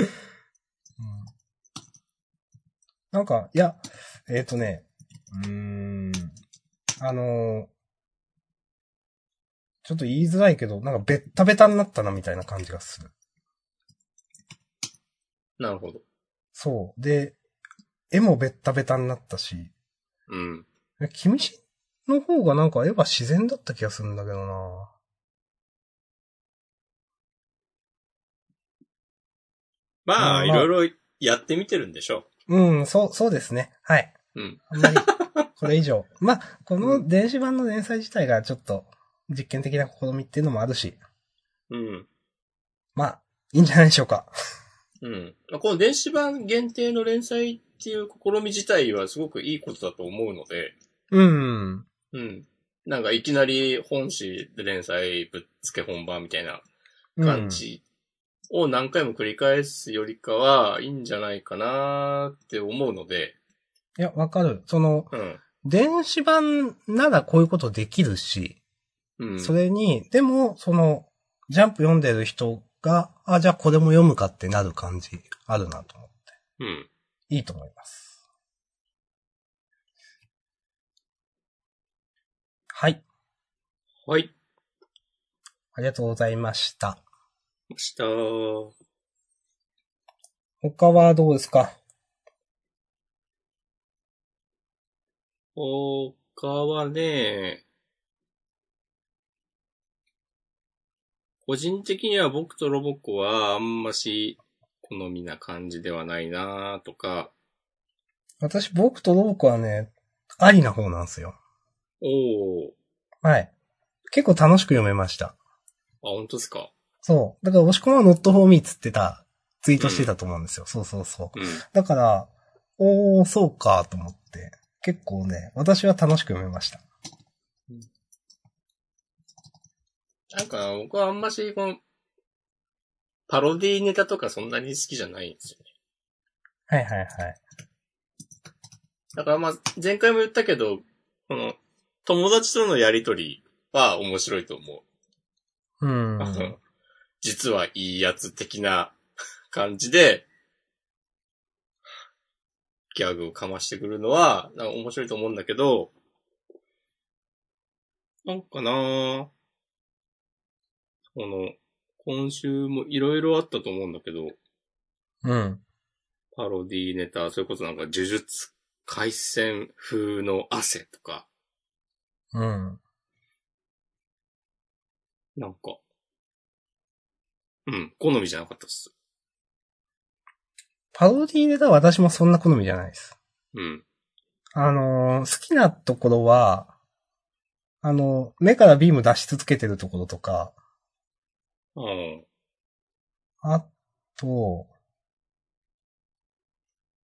S2: うんなんか、いや、えっ、とね、うーん、あのーちょっと言いづらいけど、なんかベッタベタになったな、みたいな感じがする。
S1: なるほど。
S2: そう。で、絵もベッタベタになったし、
S1: うん。
S2: 君しの方がなんか絵は自然だった気がするんだけどな
S1: ま
S2: ま
S1: あ、
S2: あ
S1: い
S2: まあ
S1: ろいろやってみてるんでしょ
S2: うん、そう、そうですね。はい。
S1: うん。
S2: あんまり、これ以上。 まあ、この電子版の連載自体がちょっと実験的な試みっていうのもあるし、
S1: う。うん。
S2: まあ、いいんじゃないでしょうか。
S1: うん。まあこの電子版限定の連載っていう試み自体はすごくいいことだと思うので、
S2: うん。
S1: うん。なんかいきなり本誌で連載ぶっつけ本番みたいな
S2: うん
S1: 感。じを何回も繰り返すよりかはいいんじゃないかなって思うので、
S2: いや、わかる。その、
S1: うん。
S2: 電子版ならこういうことできるし、
S1: うん。
S2: それに、でも、その、ジャンプ読んでる人が、あ、じゃあこれも読むかってなる感じ、あるなと思って。
S1: うん。
S2: いいと思います。はい。
S1: はい。
S2: ありがとうございました。
S1: したー。
S2: 他はどうですか
S1: 他はね、個人的には僕とロボコはあんまし好みな感じではないなとか、
S2: 私、僕とロボコはね、ありな方なんですよ。
S1: おー、
S2: はい。結構楽しく読めました。
S1: あ、本当ですか
S2: そう。だから、押し込まはノットフォーミーつってた、ツイートしてたと思うんですよ。そうそうそう。
S1: うん。
S2: だから、おー、そうか、と思って。結構ね、私は楽しく読めました。
S1: なんか僕はあんましこの、パロディネタとかそんなに好きじゃないんですよね。
S2: はいはいはい。
S1: だからまあ、前回も言ったけど、この、友達とのやりとりは面白いと思う。
S2: うん。
S1: あの実はいいやつ的な 感じで、ギャグをかましてくるのは、なんか面白いと思うんだけど、なんかなぁこの、今週もいろいろあったと思うんだけど、
S2: うん。
S1: パロディネタ、それこそなんか呪術回戦風の汗とか、
S2: うん。
S1: なんか、うん、好みじゃなかったっす。
S2: パロディネタは私もそんな好みじゃないです。
S1: うん、
S2: あのー好きなところは、あの、目からビーム出し続けてるところとか、
S1: うん、
S2: あと、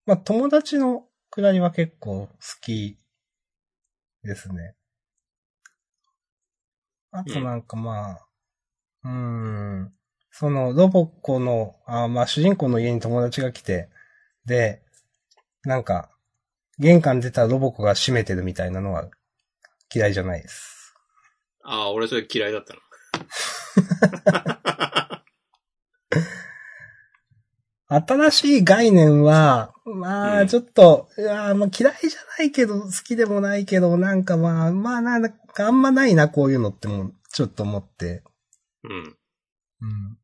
S2: まあ、友達のくだりは結構好きですね。あとなんかまあ、うーん、そのロボコの、あまあ主人公の家に友達が来て、で、なんか、玄関出たらロボコが閉めてるみたいなのは嫌いじゃないです。
S1: ああ、俺それ嫌いだったな。
S2: 新しい概念は、ま
S1: うん
S2: あ、ちょっと、いやーまあ嫌いじゃないけど、好きでもないけど、なんかまあ、まあな、なんかあんまないな、こういうのってもう、ちょっと思って。
S1: うん。
S2: うん。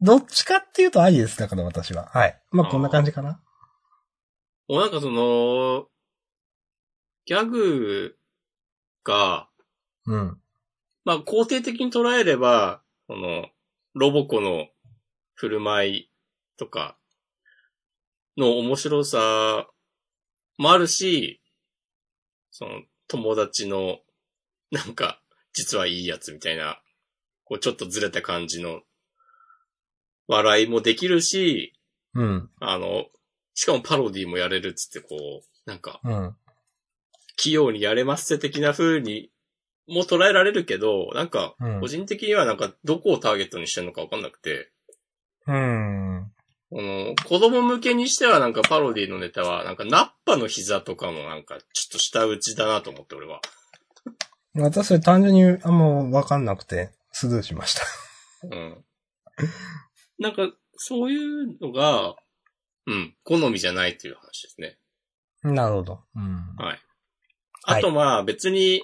S2: どっちかっていうとありです、だから私は。はい。まあ、こんな感じかな。
S1: もうなんかその、ギャグが、
S2: うん。
S1: まあ肯定的に捉えれば、この、ロボコの振る舞いとかの面白さもあるし、その友達のなんか、実はいいやつみたいな、こうちょっとずれた感じの、笑いもできるし、
S2: うん。
S1: あの、しかもパロディもやれるっつってこう、なんか、
S2: うん。
S1: 器用にやれますせ的な風にも捉えられるけど、なんか、
S2: うん
S1: 個人的にはなんかどこをターゲットにしてるのかわかんなくて、
S2: うん。
S1: この、子供向けにしてはなんかパロディのネタは、なんかナッパの膝とかもなんかちょっと下打ちだなと思って俺は。
S2: 私、それ単純にあんまわかんなくて、スルーしました。
S1: うん。なんか、そういうのが、うん、好みじゃないという話ですね。
S2: なるほど。うん。
S1: はい。
S2: はい
S1: あとまあ別に、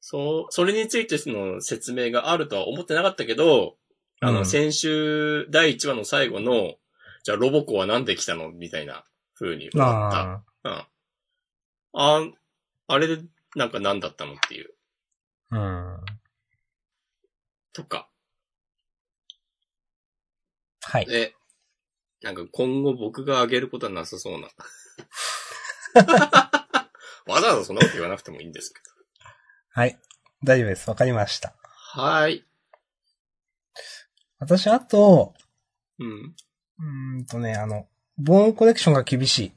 S1: そう、それについての説明があるとは思ってなかったけど、あ
S2: う
S1: の、
S2: ん
S1: 先週第1話の最後の、じゃあロボコはなんで来たのみたいな風に思った。
S2: あ
S1: うん。あ、あれで、なんか何だったのっていう、
S2: あ。うん。
S1: とか。
S2: はい。
S1: で、なんか今後僕があげることはなさそうな。 わざわざそんなこと言わなくてもいいんですけど。
S2: はい。大丈夫です。わかりました。
S1: はい。
S2: 私、あと、
S1: うん。
S2: うーんとね、あの、ボーンコレクションが厳しい。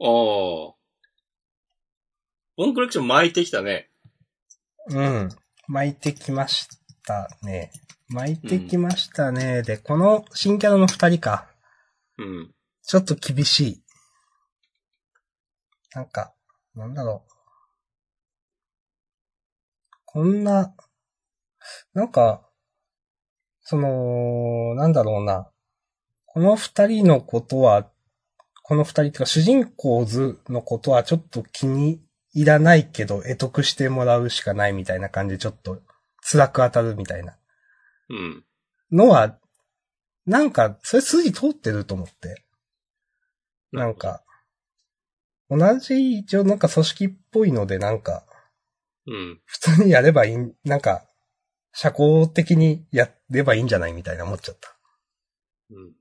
S1: ああ。ボンコレクション巻いてきたね。
S2: うん。巻いてきましたね。巻いてきましたね。で、この新キャラの二人か。
S1: うん。
S2: ちょっと厳しい。なんか、なんだろう。こんな、なんか、その、なんだろうな。この二人のことは、この二人っていうか主人公図のことはちょっと気に入らないけど、得得してもらうしかないみたいな感じで、ちょっと辛く当たるみたいな
S1: うん。
S2: のは、なんか、それ筋通ってると思って。なん。か、同じ一応なんか組織っぽいのでなんか、
S1: うん。
S2: 普通にやればいい、なんか、社交的にやればいいんじゃないみたいな思っちゃった。
S1: うん。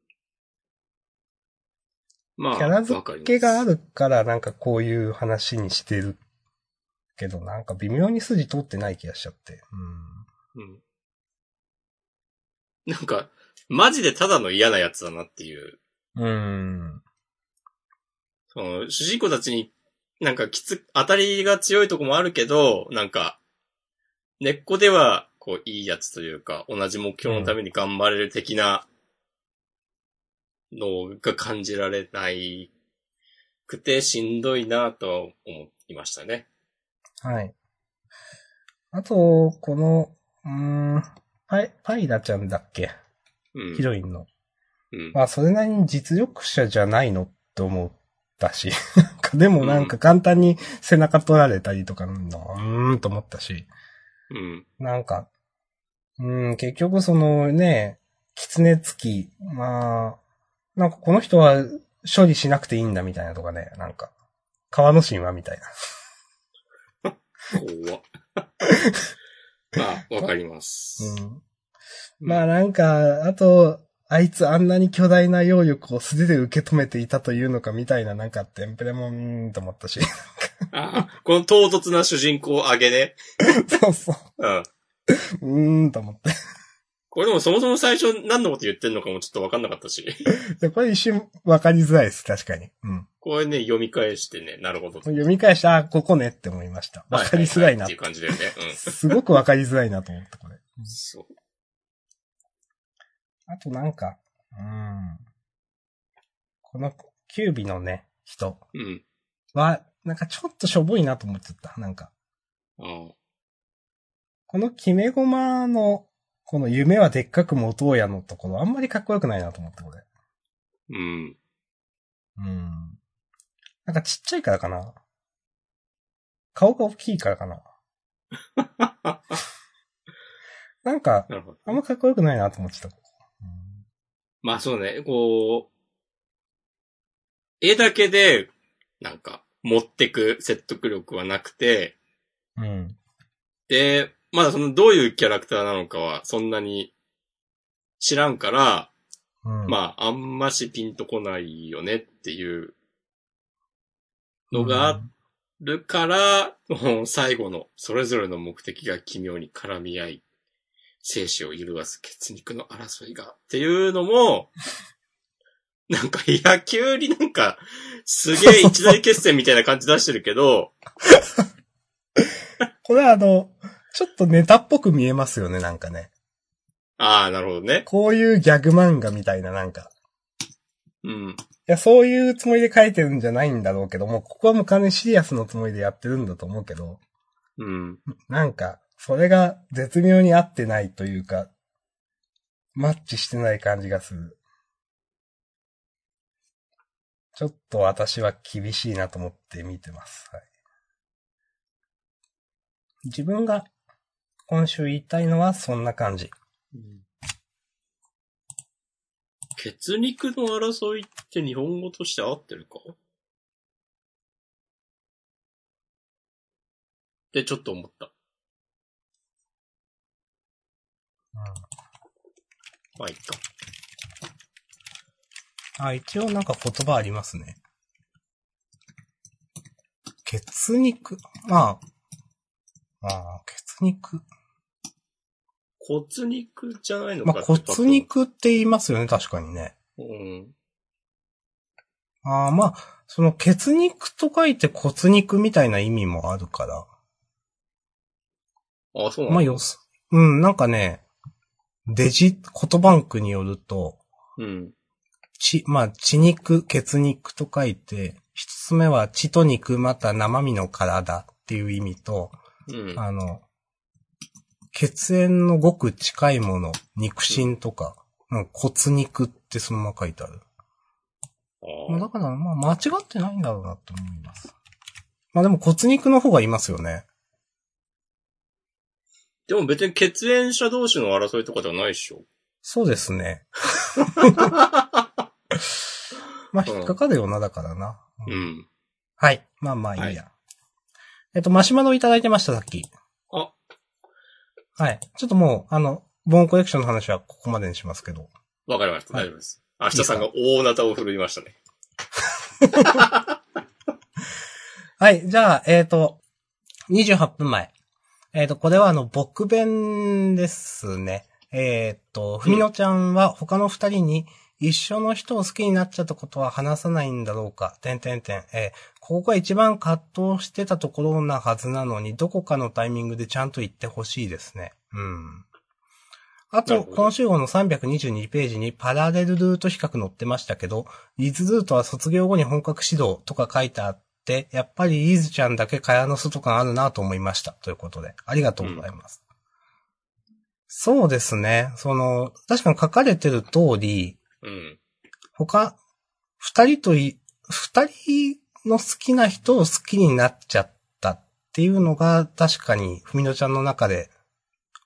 S1: まあ、
S2: キャラ
S1: わかり
S2: 付
S1: ます
S2: けがあ。るからなんかこういう話にしてるけど、なんか微妙に筋通ってない気がしちゃって。
S1: うん。なんか、マジでただの嫌なやつだなっていう。
S2: うん。うん。
S1: その、主人公たちに、なんかきつ、当たりが強いとこもあるけど、なんか、根っこでは、こう、いいやつというか、同じ目標のために頑張れる的な、のが感じられないくて、しんどいなとは思いましたね。
S2: はい。あと、この、うーん、パイ、パイラちゃんだっけ
S1: うん。
S2: ヒロインの。
S1: うん。
S2: まあ、それなりに実力者じゃないのって思った し、なんかでもなんか簡単に背中取られたりとかの、うーんと思ったし、
S1: うん。
S2: なんか、うん、結局そのね、狐つき、まあ、なんかこの人は処理しなくていいんだみたいなとかね、なんか、川の神話みたいな。
S1: 怖っ まあ、わかります。
S2: うん。まあなんか、あと、あいつあんなに巨大な揚力を素手で受け止めていたというのかみたいななんかテンプレもうーんと思ったし。
S1: あーこの唐突な主人公あげね。
S2: そうそ
S1: う
S2: う。
S1: ん。
S2: うーんと思って。
S1: これでもそもそも最初何のこと言ってんのかもちょっとわかんなかったし。
S2: で、 これ一瞬分かりづらいです、確かに。うん。
S1: これね、読み返してね、なるほど。
S2: 読み返して、あ、ここねって思いました。分かりづらいな。
S1: はははっていう感じだよね。
S2: すごく分かりづらいなと思った、これ。
S1: うん。そう。
S2: あとなんか、うーん。この、キュービのね、人
S1: うん。
S2: は、なんかちょっとしょぼいなと思っちゃった。なんか、
S1: あー
S2: このキメゴマの、この夢はでっかく持とうやのところ、あんまりかっこよくないなと思った、これ。
S1: うん。
S2: うん。なんかちっちゃいからかな。顔が大きいからかな。なんか、
S1: なるほど。
S2: あんまかっこよくないなと思ってた。
S1: まあそうね、こう、絵だけで、なんか、持ってく説得力はなくて、
S2: うん。
S1: で、まだそのどういうキャラクターなのかはそんなに知らんから、
S2: うん。あ、
S1: まああんましピンとこないよねっていうのがあっるから、もう最後の、それぞれの目的が奇妙に絡み合い、生死を揺るがす血肉の争いが、っていうのも、 なんか野球になんか、すげえ一大決戦みたいな感じ出してるけど、
S2: これはあの、ちょっとネタっぽく見えますよね、なんかね。
S1: ああ、なるほどね。
S2: こういうギャグ漫画みたいななんか。
S1: うん。
S2: いや、そういうつもりで書いてるんじゃないんだろうけども、ここはもう完全にシリアスのつもりでやってるんだと思うけど、
S1: うん。
S2: なんか、それが絶妙に合ってないというか、マッチしてない感じがする。ちょっと私は厳しいなと思って見てます。はい、自分が今週言いたいのはそんな感じ。
S1: 血肉の争いって日本語として合ってるかってちょっと思った。まあ、いっか。
S2: あ、一応なんか言葉ありますね。血肉、まあ、ああ、血肉。
S1: 骨肉じゃないの
S2: ま
S1: か
S2: あ、
S1: ってパッと
S2: 骨肉って言いますよね、確かにね。
S1: うん。
S2: ああ、まあ、その血肉と書いて骨肉みたいな意味もあるから。
S1: あ、そうな
S2: まあ、
S1: の
S2: よす。うん、なんかね、デジ、言バンクによると、
S1: うん。
S2: 血、まあ、血肉、血肉と書いて、一つ目は血と肉また生身の体っていう意味と、
S1: うん。
S2: あの、血縁のごく近いもの、肉親とか、うん、骨肉ってそのまま書いてある。まあ
S1: あ
S2: だから、まあ間違ってないんだろうなって思います。まあでも骨肉の方がいますよね。
S1: でも別に血縁者同士の争いとかじゃないでしょ。
S2: そうです ね。まあ引っかかるような、だからな。
S1: うん。
S2: はい。まあまあいいや。えっと、マシュマロいただいてました、さっき。
S1: あ。
S2: はい。ちょっともう、あの、ボーンコレクションの話はここまでにしますけど。
S1: わかりました。
S2: はい
S1: 大丈夫です。明日さんが大なたを振るいましたね。
S2: はい。じゃあ、えっ、と、28分前。えっ、と、これはあの、僕弁ですね。えっ、と、ふみのちゃんは他の二人に一緒の人を好きになっちゃったことは話さないんだろうか。てんてんてん。えーここが一番葛藤してたところなはずなのに、どこかのタイミングでちゃんと言ってほしいですね。うん。
S1: な
S2: あ
S1: る
S2: と、
S1: ほど
S2: 今週号の322ページにパラレルルート比較載ってましたけど、リズルートは卒業後に本格指導とか書いてあって、やっぱりリズちゃんだけ蚊帳の外感あるなと思いました。ということで、ありがとうございます。そうですね。その、確かに書かれてる通り、
S1: うん。
S2: 他、二人とい、二人の好きな人を好きになっちゃったっていうのが確かに、ふみのちゃんの中で、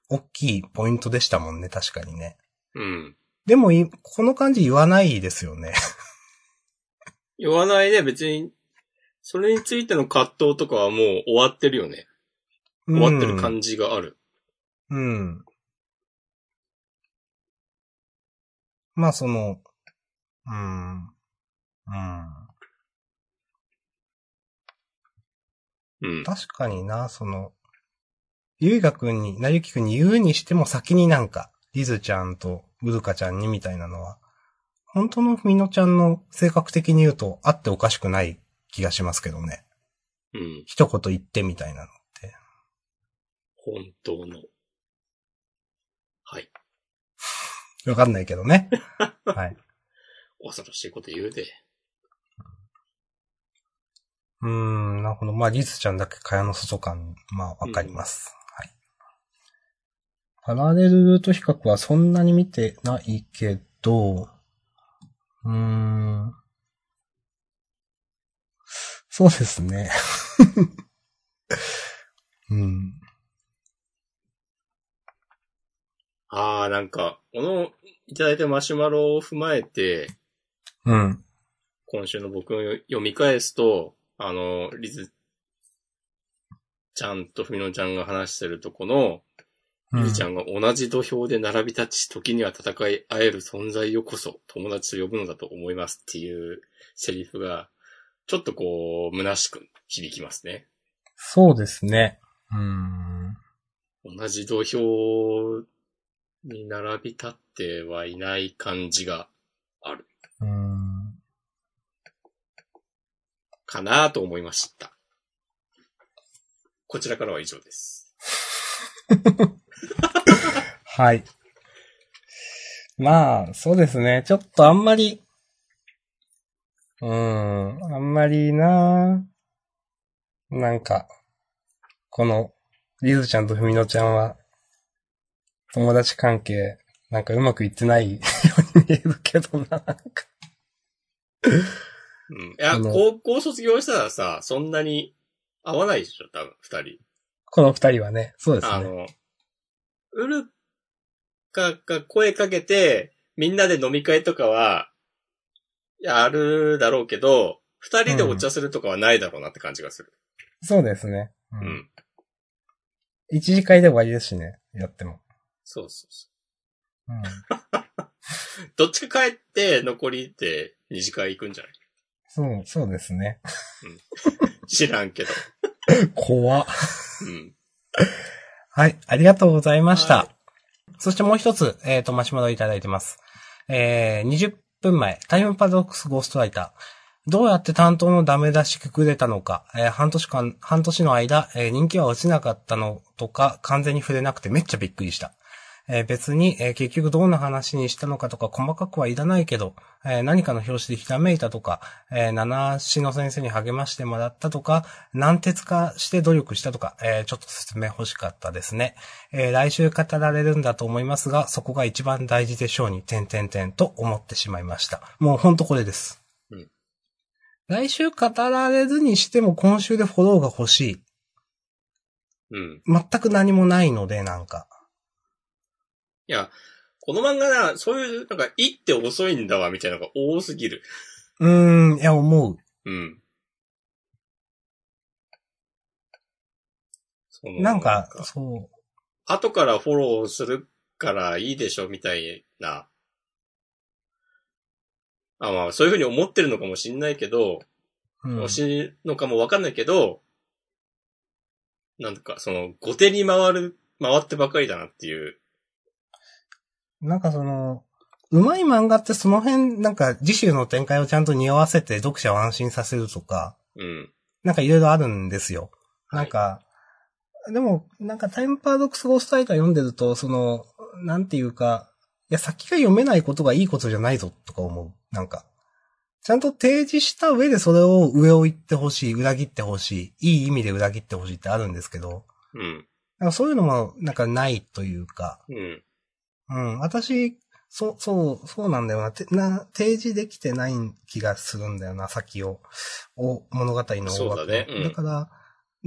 S2: 大きいポイントでしたもんね、確かにね。
S1: うん。
S2: でもい、この感じ言わないですよね。
S1: 言わないで別に、それについての葛藤とかはもう終わってるよね。終わってる感じがある。
S2: うん。まあその、うん。うん。
S1: うん。
S2: 確かにな、その、ゆいがくんに、なゆきくんに言うにしても先になんか、リズちゃんとウルカちゃんにみたいなのは、本当のみのちゃんの性格的に言うとあっておかしくない気がしますけどね。
S1: うん。
S2: 一言言ってみたいなの。
S1: 本当の。はい。
S2: わかんないけどね。はい。
S1: 恐ろしいこと言うで。
S2: うーん、なるほど。まあ、リズちゃんだけ蚊帳の外感、まあ、わかります。はい。パラレルルート比較はそんなに見てないけど、うーん。そうですね。 うん。
S1: ああ、なんか、この、いただいたマシュマロを踏まえて、
S2: うん。
S1: 今週の僕を読み返すと、あの、リズちゃんとふみのちゃんが話してるとこの、
S2: う
S1: リズちゃ
S2: ん。
S1: んが同じ土俵で並び立ち、時には戦い合える存在よこそ友達と呼ぶのだと思いますっていうセリフが、ちょっとこう、虚しく響きますね。
S2: そうですね。うーん。
S1: 同じ土俵に並び立ってはいない感じがある
S2: うーん。
S1: かなと思いました。こちらからは以上です。
S2: はい。まあ、そうですね。ちょっとあんまり、うーん、あんまりななんか、この、リズちゃんとふみのちゃんは、友達関係、なんかうまくいってないように見えるけどな、なんか。
S1: うん。いや、
S2: あの
S1: 高校卒業したらさ、そんなに合わないでしょ、多分、二人。
S2: この二人はね、そうです
S1: あ
S2: ね。
S1: の、ウルカが声かけて、みんなで飲み会とかは、やるだろうけど、二人でお茶するとかはないだろうなって感じがする。
S2: そうですね。う。
S1: うんん。
S2: 一次会で終わりですしね、やっても。
S1: そうそうそ
S2: うん。
S1: う。どっちか帰って、残りで二次会行くんじゃない
S2: そう、そうですね。
S1: 知らんけど。
S2: 怖っ
S1: うん。
S2: はい、ありがとうございました。
S1: はい
S2: そしてもう一つ、えっ、と、マシュマロいただいてます。えー、20分前、タイムパラドックスゴーストライター。どうやって担当のダメ出しくくれたのか、えー半年間、半年の間、えー人気は落ちなかったのとか、完全に触れなくてめっちゃびっくりした。えー別に、えー結局どんな話にしたのかとか細かくはいらないけど、えー何かの表紙でひらめいたとか、えー七死の先生に励ましてもらったとか、難鉄化して努力したとか、えーちょっと説明欲しかったですね。えー来週語られるんだと思いますが、そこが一番大事でしょうに、点々点と思ってしまいました。もうほんとこれです。
S1: うん
S2: 来週語られずにしても今週でフォローが欲しい。
S1: うん。
S2: 全く何もないので、なんか。
S1: いや、この漫画な、そういう、なんか、いって遅いんだわ、みたいなのが多すぎる。
S2: うーん、いや、思う。
S1: うん。その
S2: なんか、そ
S1: 後からフォローするからいいでしょみたいな。あまあ、そういうふうに思ってるのかもしんないけど、
S2: う。うん
S1: 欲しいのかもわかんないけど、なんか、その、後手に回る、回ってばかりだなっていう。
S2: なんかその、うまい漫画ってその辺、なんか次週の展開をちゃんと匂わせて読者を安心させるとか、
S1: うん。
S2: なんかいろいろあるんですよ。
S1: はい
S2: なんか、でも、なんかタイムパラドックスゴーストライター読んでると、その、なんていうか、いや、先が読めないことがいいことじゃないぞ、とか思う。なんか。ちゃんと提示した上でそれを上を行ってほしい、裏切ってほしい、いい意味で裏切ってほしいってあるんですけど、
S1: うん。
S2: なんかそういうのも、なんかないというか、
S1: うん。
S2: うん、私、そう、そう、そうなんだよな。てな、提示できてない気がするんだよな、先を。お、物語の大
S1: そうだねうん
S2: だから、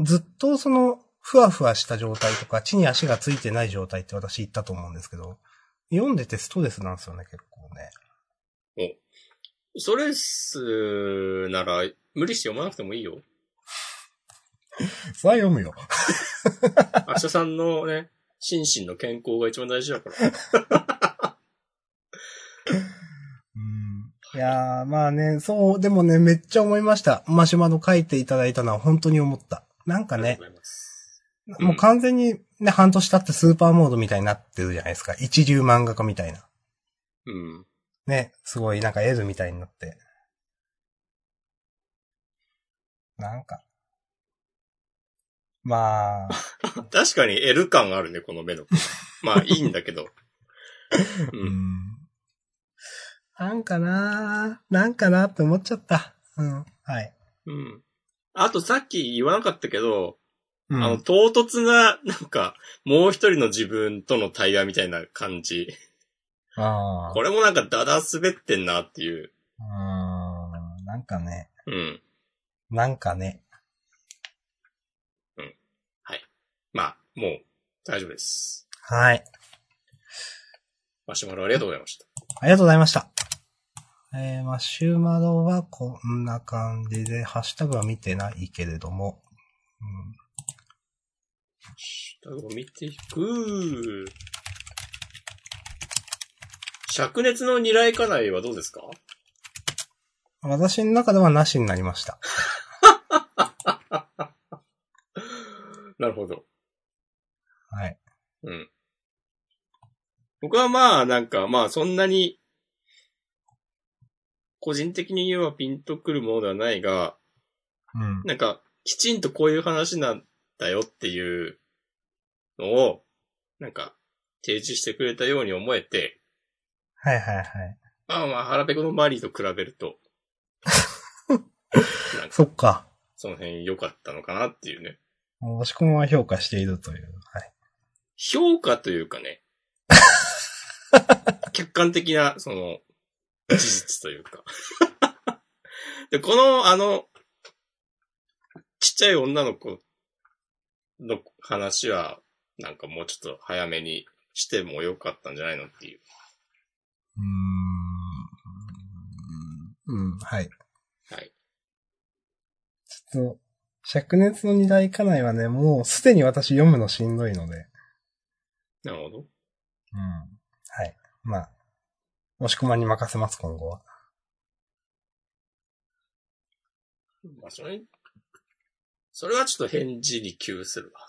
S2: ずっとその、ふわふわした状態とか、地に足がついてない状態って私言ったと思うんですけど、読んでてストレスなんですよね、結構ね。
S1: それっすなら、無理して読まなくてもいい よ。
S2: それは読むよ。
S1: 明日さんのね、心身の健康が一番大事だから。
S2: うん。いやー、まあね、そう、でもね、めっちゃ思いました。マシュマロ書いていただいたのは本当に思った。なんか
S1: ありが
S2: ね
S1: とう、ございます。うん
S2: もう完全にね、半年経ってスーパーモードみたいになってるじゃないですか。一流漫画家みたいな。
S1: うん。
S2: ね、すごいなんかエルみたいになって。なんか。まあ、
S1: 確かに L 感があるね、この目の。まあ、いいんだけど。う。
S2: うんん。なんかなーなんかなって思っちゃった。うん。はい。
S1: うん。あとさっき言わなかったけど、
S2: う
S1: あの、
S2: ん。
S1: 唐突な、なんか、もう一人の自分との対話みたいな感じ。
S2: あ
S1: これもなんかダダ滑ってんなっていう。
S2: あ。うん。なんかね。
S1: うん。
S2: なんかね。
S1: まあ、もう、大丈夫です。
S2: はい。
S1: マシュマロありがとうございました。
S2: ありがとうございました。えー、マシュマロはこんな感じで、ハッシュタグは見てないけれども。うん、
S1: 下を見ていく。灼熱の二来家内はどうですか
S2: 私の中ではなしになりました。
S1: なるほど。
S2: はい。
S1: うん。僕はまあ、なんか、まあ、そんなに、個人的に言えばピンとくるものではないが、
S2: うん。
S1: なんか、きちんとこういう話なんだよっていうのを、なんか、提示してくれたように思えて、
S2: はいはいはい。
S1: まあまあ、腹ペコのマリーと比べると、なんか、
S2: そっか。
S1: その辺良かったのかなっていうね。
S2: 押し込みは評価しているという。はい。
S1: 評価というかね、客観的な、その、事実というか。 で、この、あの、ちっちゃい女の子の話は、なんかもうちょっと早めにしてもよかったんじゃないのっていう。
S2: うーん。うん、はい。
S1: はい。
S2: ちょっと、灼熱の二大家内はね、もうすでに私読むのしんどいので。
S1: なるほど。
S2: うん。はい。まあ、押し込まんに任せます、今後は。
S1: まあ、それ、それはちょっと返事に急するわ。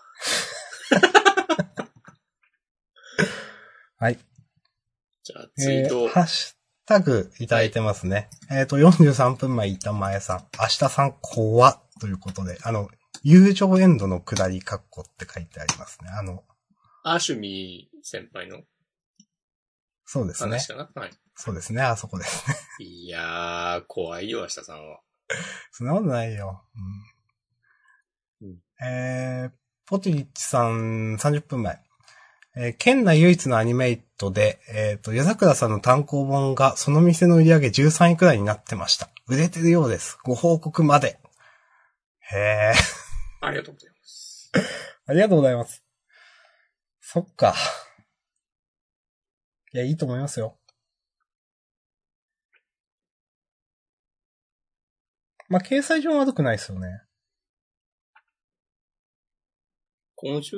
S2: はい。
S1: じゃあ、ツイ
S2: え
S1: ート、
S2: ー、ハッシュタグいただいてますね。えっ、と、43分前いた前さん、明日さん怖っということで、あの、友情エンドの下り括弧って書いてありますね。あの、
S1: アシュミー先輩の
S2: そうですね
S1: 話。かな、はい。
S2: そうですね、あそこですね。
S1: いやー、怖いよ、明日さんは。
S2: そんなことないよ。うん
S1: うん
S2: えー、ポティッチさん、30分前。えー県内唯一のアニメイトで、えっ、と、矢桜さんの単行本がその店の売り上げ13位くらいになってました。売れてるようです。ご報告まで。へー。
S1: ありがとうございます。
S2: ありがとうございます。そっか。いや、いいと思いますよ。まあ、掲載上は悪くないですよね。
S1: 今週、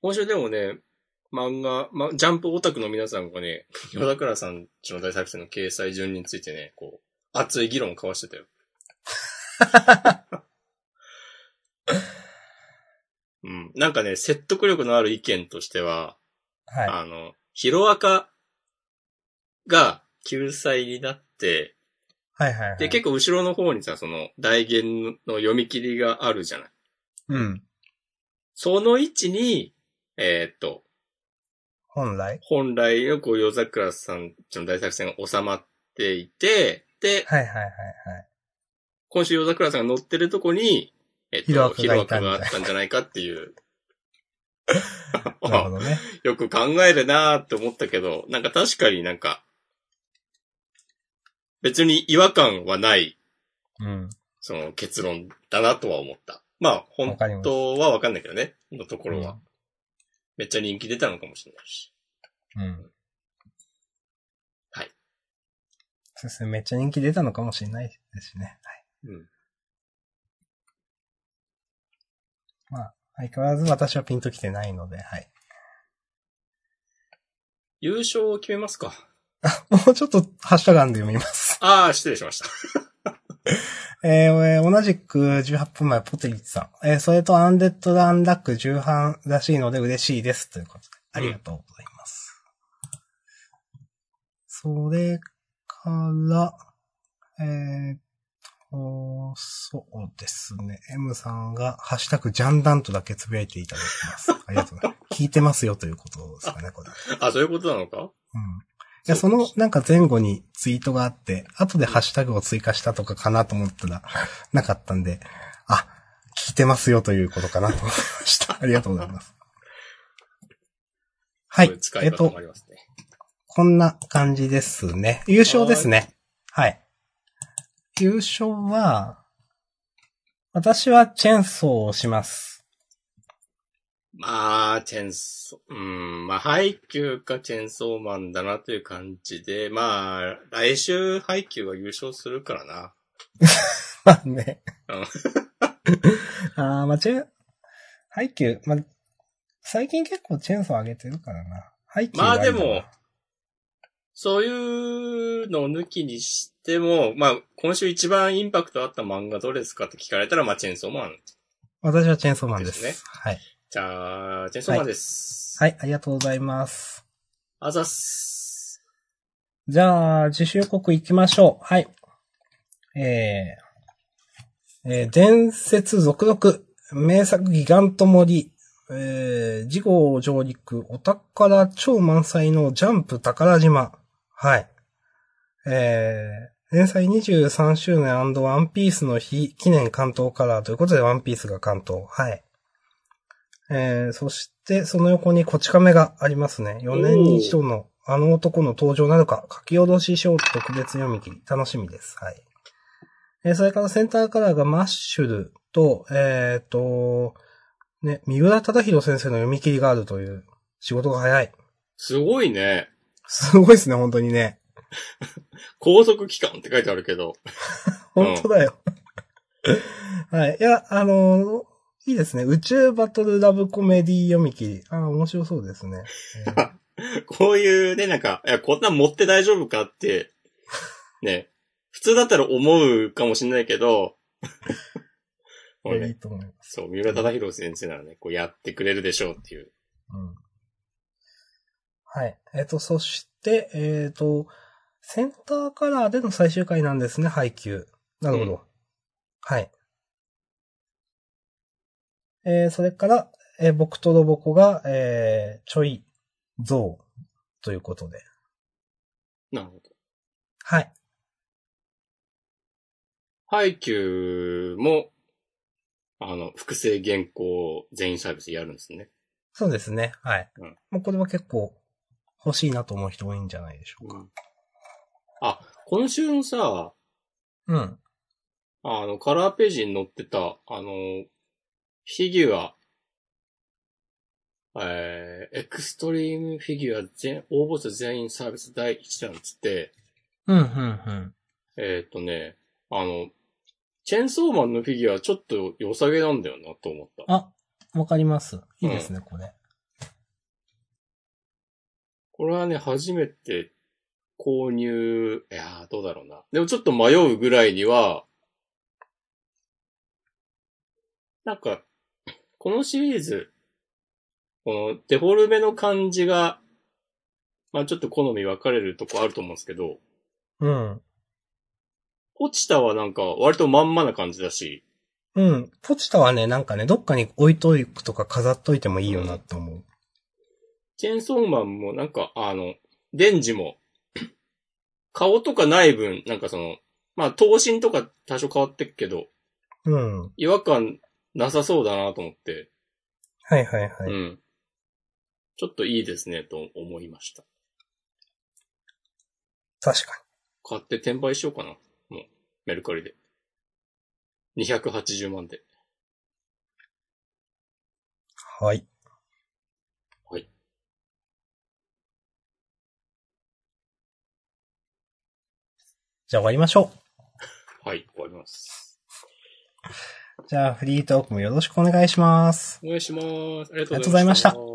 S1: 今週でもね、漫画、ま、ジャンプオタクの皆さんが ね、夜桜さんちの大作戦の掲載順についてね、こう、熱い議論を交わして たよ。うん。なんかね、説得力のある意見としては、
S2: はい。
S1: あの、ヒロアカが救済になって、
S2: はいはい、はい。
S1: で、結構後ろの方にさ、その、大言の読み切りがあるじゃない。
S2: うん。
S1: その位置に、えーっと、
S2: 本来
S1: 本来のこう、夜桜さんちの大作戦が収まっていて、で、
S2: はいはいはいはい。
S1: 今週夜桜さんが乗ってるとこに、えっ
S2: ヒロア
S1: と、
S2: カ
S1: ヒ
S2: が
S1: ロア
S2: いた
S1: カ
S2: み
S1: が
S2: た
S1: あ
S2: いな
S1: ったんじゃないかっていう。
S2: なるほどね。
S1: よく考えるなーって思ったけど、なんか確かになんか、別に違和感はない、
S2: うん。
S1: その結論だなとは思った。まあ、本
S2: わかります
S1: 当はわかんないけどね、の ところは。
S2: うん
S1: めっちゃ人気出たのかもしれないし。
S2: うん。
S1: はい。
S2: そうですね。めっちゃ人気出たのかもしれないですしね。はい。
S1: うん。
S2: 相変わらず私はピンときてないので、はい。
S1: 優勝を決めますか。
S2: もうちょっと、ハッシュタグあるんで読みます。
S1: ああ、失礼しました。
S2: えーえー同じく18分前、ポテリッチさん。えーそれとアンデッド・ランダック重版らしいので嬉しいです。ということで、ありがとうございます。それから、えーっと、そうですね。M さんが、ハッシュタグジャンダンとだけつぶやいていただきます。ありがとうございます。聞いてますよということですかね、これ。
S1: あ、そういうことなのか
S2: うんいや、その、なんか前後にツイートがあって、後でハッシュタグを追加したとかかなと思っ たら、なかったんで、あ、聞いてますよということかなと思いま した。ありがとうございます。は。
S1: はい使
S2: え
S1: い
S2: っ
S1: 方
S2: と
S1: もあ、りますね。
S2: こんな感じですね。優勝ですね。はい。優勝は、私はチェーンソーをします。
S1: まあ、チェンソー、うん、まあ、ハイキューかチェンソーマンだなという感じで、まあ、来週ハイキューが優勝するからな。
S2: まあね
S1: うん。
S2: あー、まあ、チェーン、ハイキュー、まあ、最近結構チェーンソー上げてるからな。ハイキュー
S1: まあ
S2: がいいな
S1: でも、そういうのを抜きにしても、まあ、今週一番インパクトあった漫画どれですかって聞かれたら、まあ、チェンソーマン
S2: 私はチェーンソーマンです。
S1: です
S2: はい。
S1: じゃあ、チェンソーマンです。。
S2: はいい、ありがとうございます。
S1: あざっす。
S2: じゃあ、自主予告行きましょう。はい。えー、えー伝説続々、名作ギガント森、えー、事後上陸、お宝超満載のジャンプ宝島。はい。えー、連載23周年ワンピースの日記念関東カラーということでワンピースが関東。はい。えー、そしてその横にこち亀がありますね。4年に一度のあの男の登場なるか、書き下ろしショート特別読み切り、楽しみです。はい。えーそれからセンターカラーがマッシュルと、えっ、と、ね、三浦忠宏先生の読み切りがあるという、仕事が早い。
S1: すごいね。
S2: すごいですね、本当にね。
S1: 高速機関って書いてあるけど。
S2: 本当だよ。 はい。いや、あのーいいですね。宇宙バトルラブコメディ読み切り。あー面白そうで すね。えー
S1: こういうね、なんか、いや、こんなん持って大丈夫かって、ね、普通だったら思うかもしれないけ ど、
S2: こ
S1: もう
S2: れい
S1: ね
S2: いと思います。
S1: そう、三浦忠宏先生ならね、こうやってくれるでしょうっていう。
S2: うんはい。えっ、と、そして、えっ、と、センターカラーでの最終回なんですね、配給。なるほど。
S1: うん
S2: はい。えーそれから、えー僕とロボコが、えーちょい増ということで。
S1: なるほど。
S2: はい。
S1: ハイキューも、あの、複製原稿全員サービスやるんですね。
S2: そうですね。はい。
S1: うん
S2: もうこれは結構欲しいなと思う人多いんじゃないでしょうか。
S1: あ、今週のさ、
S2: うん。
S1: あの、カラーページに載ってた、あの、フィギュア、えー、エクストリームフィギュア全、応募者全員サービス第1弾つって、
S2: うん、うん、うん。
S1: えっ、とね、あの、チェーンソーマンのフィギュアちょっと良さげなんだよなと思った。
S2: あ、わかります。いいですね、これ。
S1: これはね、初めて購入、いやー、どうだろうな。でもちょっと迷うぐらいには、なんか、このシリーズ、このデフォルメの感じが、まあちょっと好み分かれるとこあると思うんですけど、
S2: うん。
S1: ポチタはなんか割とまんまな感じだし、
S2: うん。ポチタはね、なんかね、どっかに置いといくとか飾っといてもいいよなって思う。
S1: チェーンソーマンもなんか、あの、デンジも、 顔とかない分、なんかその、まあ頭身とか多少変わってくけど、
S2: うん。
S1: 違和感なさそうだなと思って、
S2: はいはいは
S1: う
S2: い。
S1: ん。ちょっといいですね、と思いました。
S2: 確か
S1: 買って転売しようかな。もう、メルカリで。280万で。
S2: に。はい。
S1: はい。
S2: じゃあ終わりましょ
S1: はい、終わります。
S2: う。じゃあフリートークもよろしくお願いします。
S1: お願いします。ありが
S2: ありがと
S1: と
S2: う
S1: う
S2: ご
S1: ご
S2: ざ
S1: ざ
S2: い
S1: い
S2: ま
S1: ま
S2: し
S1: したた。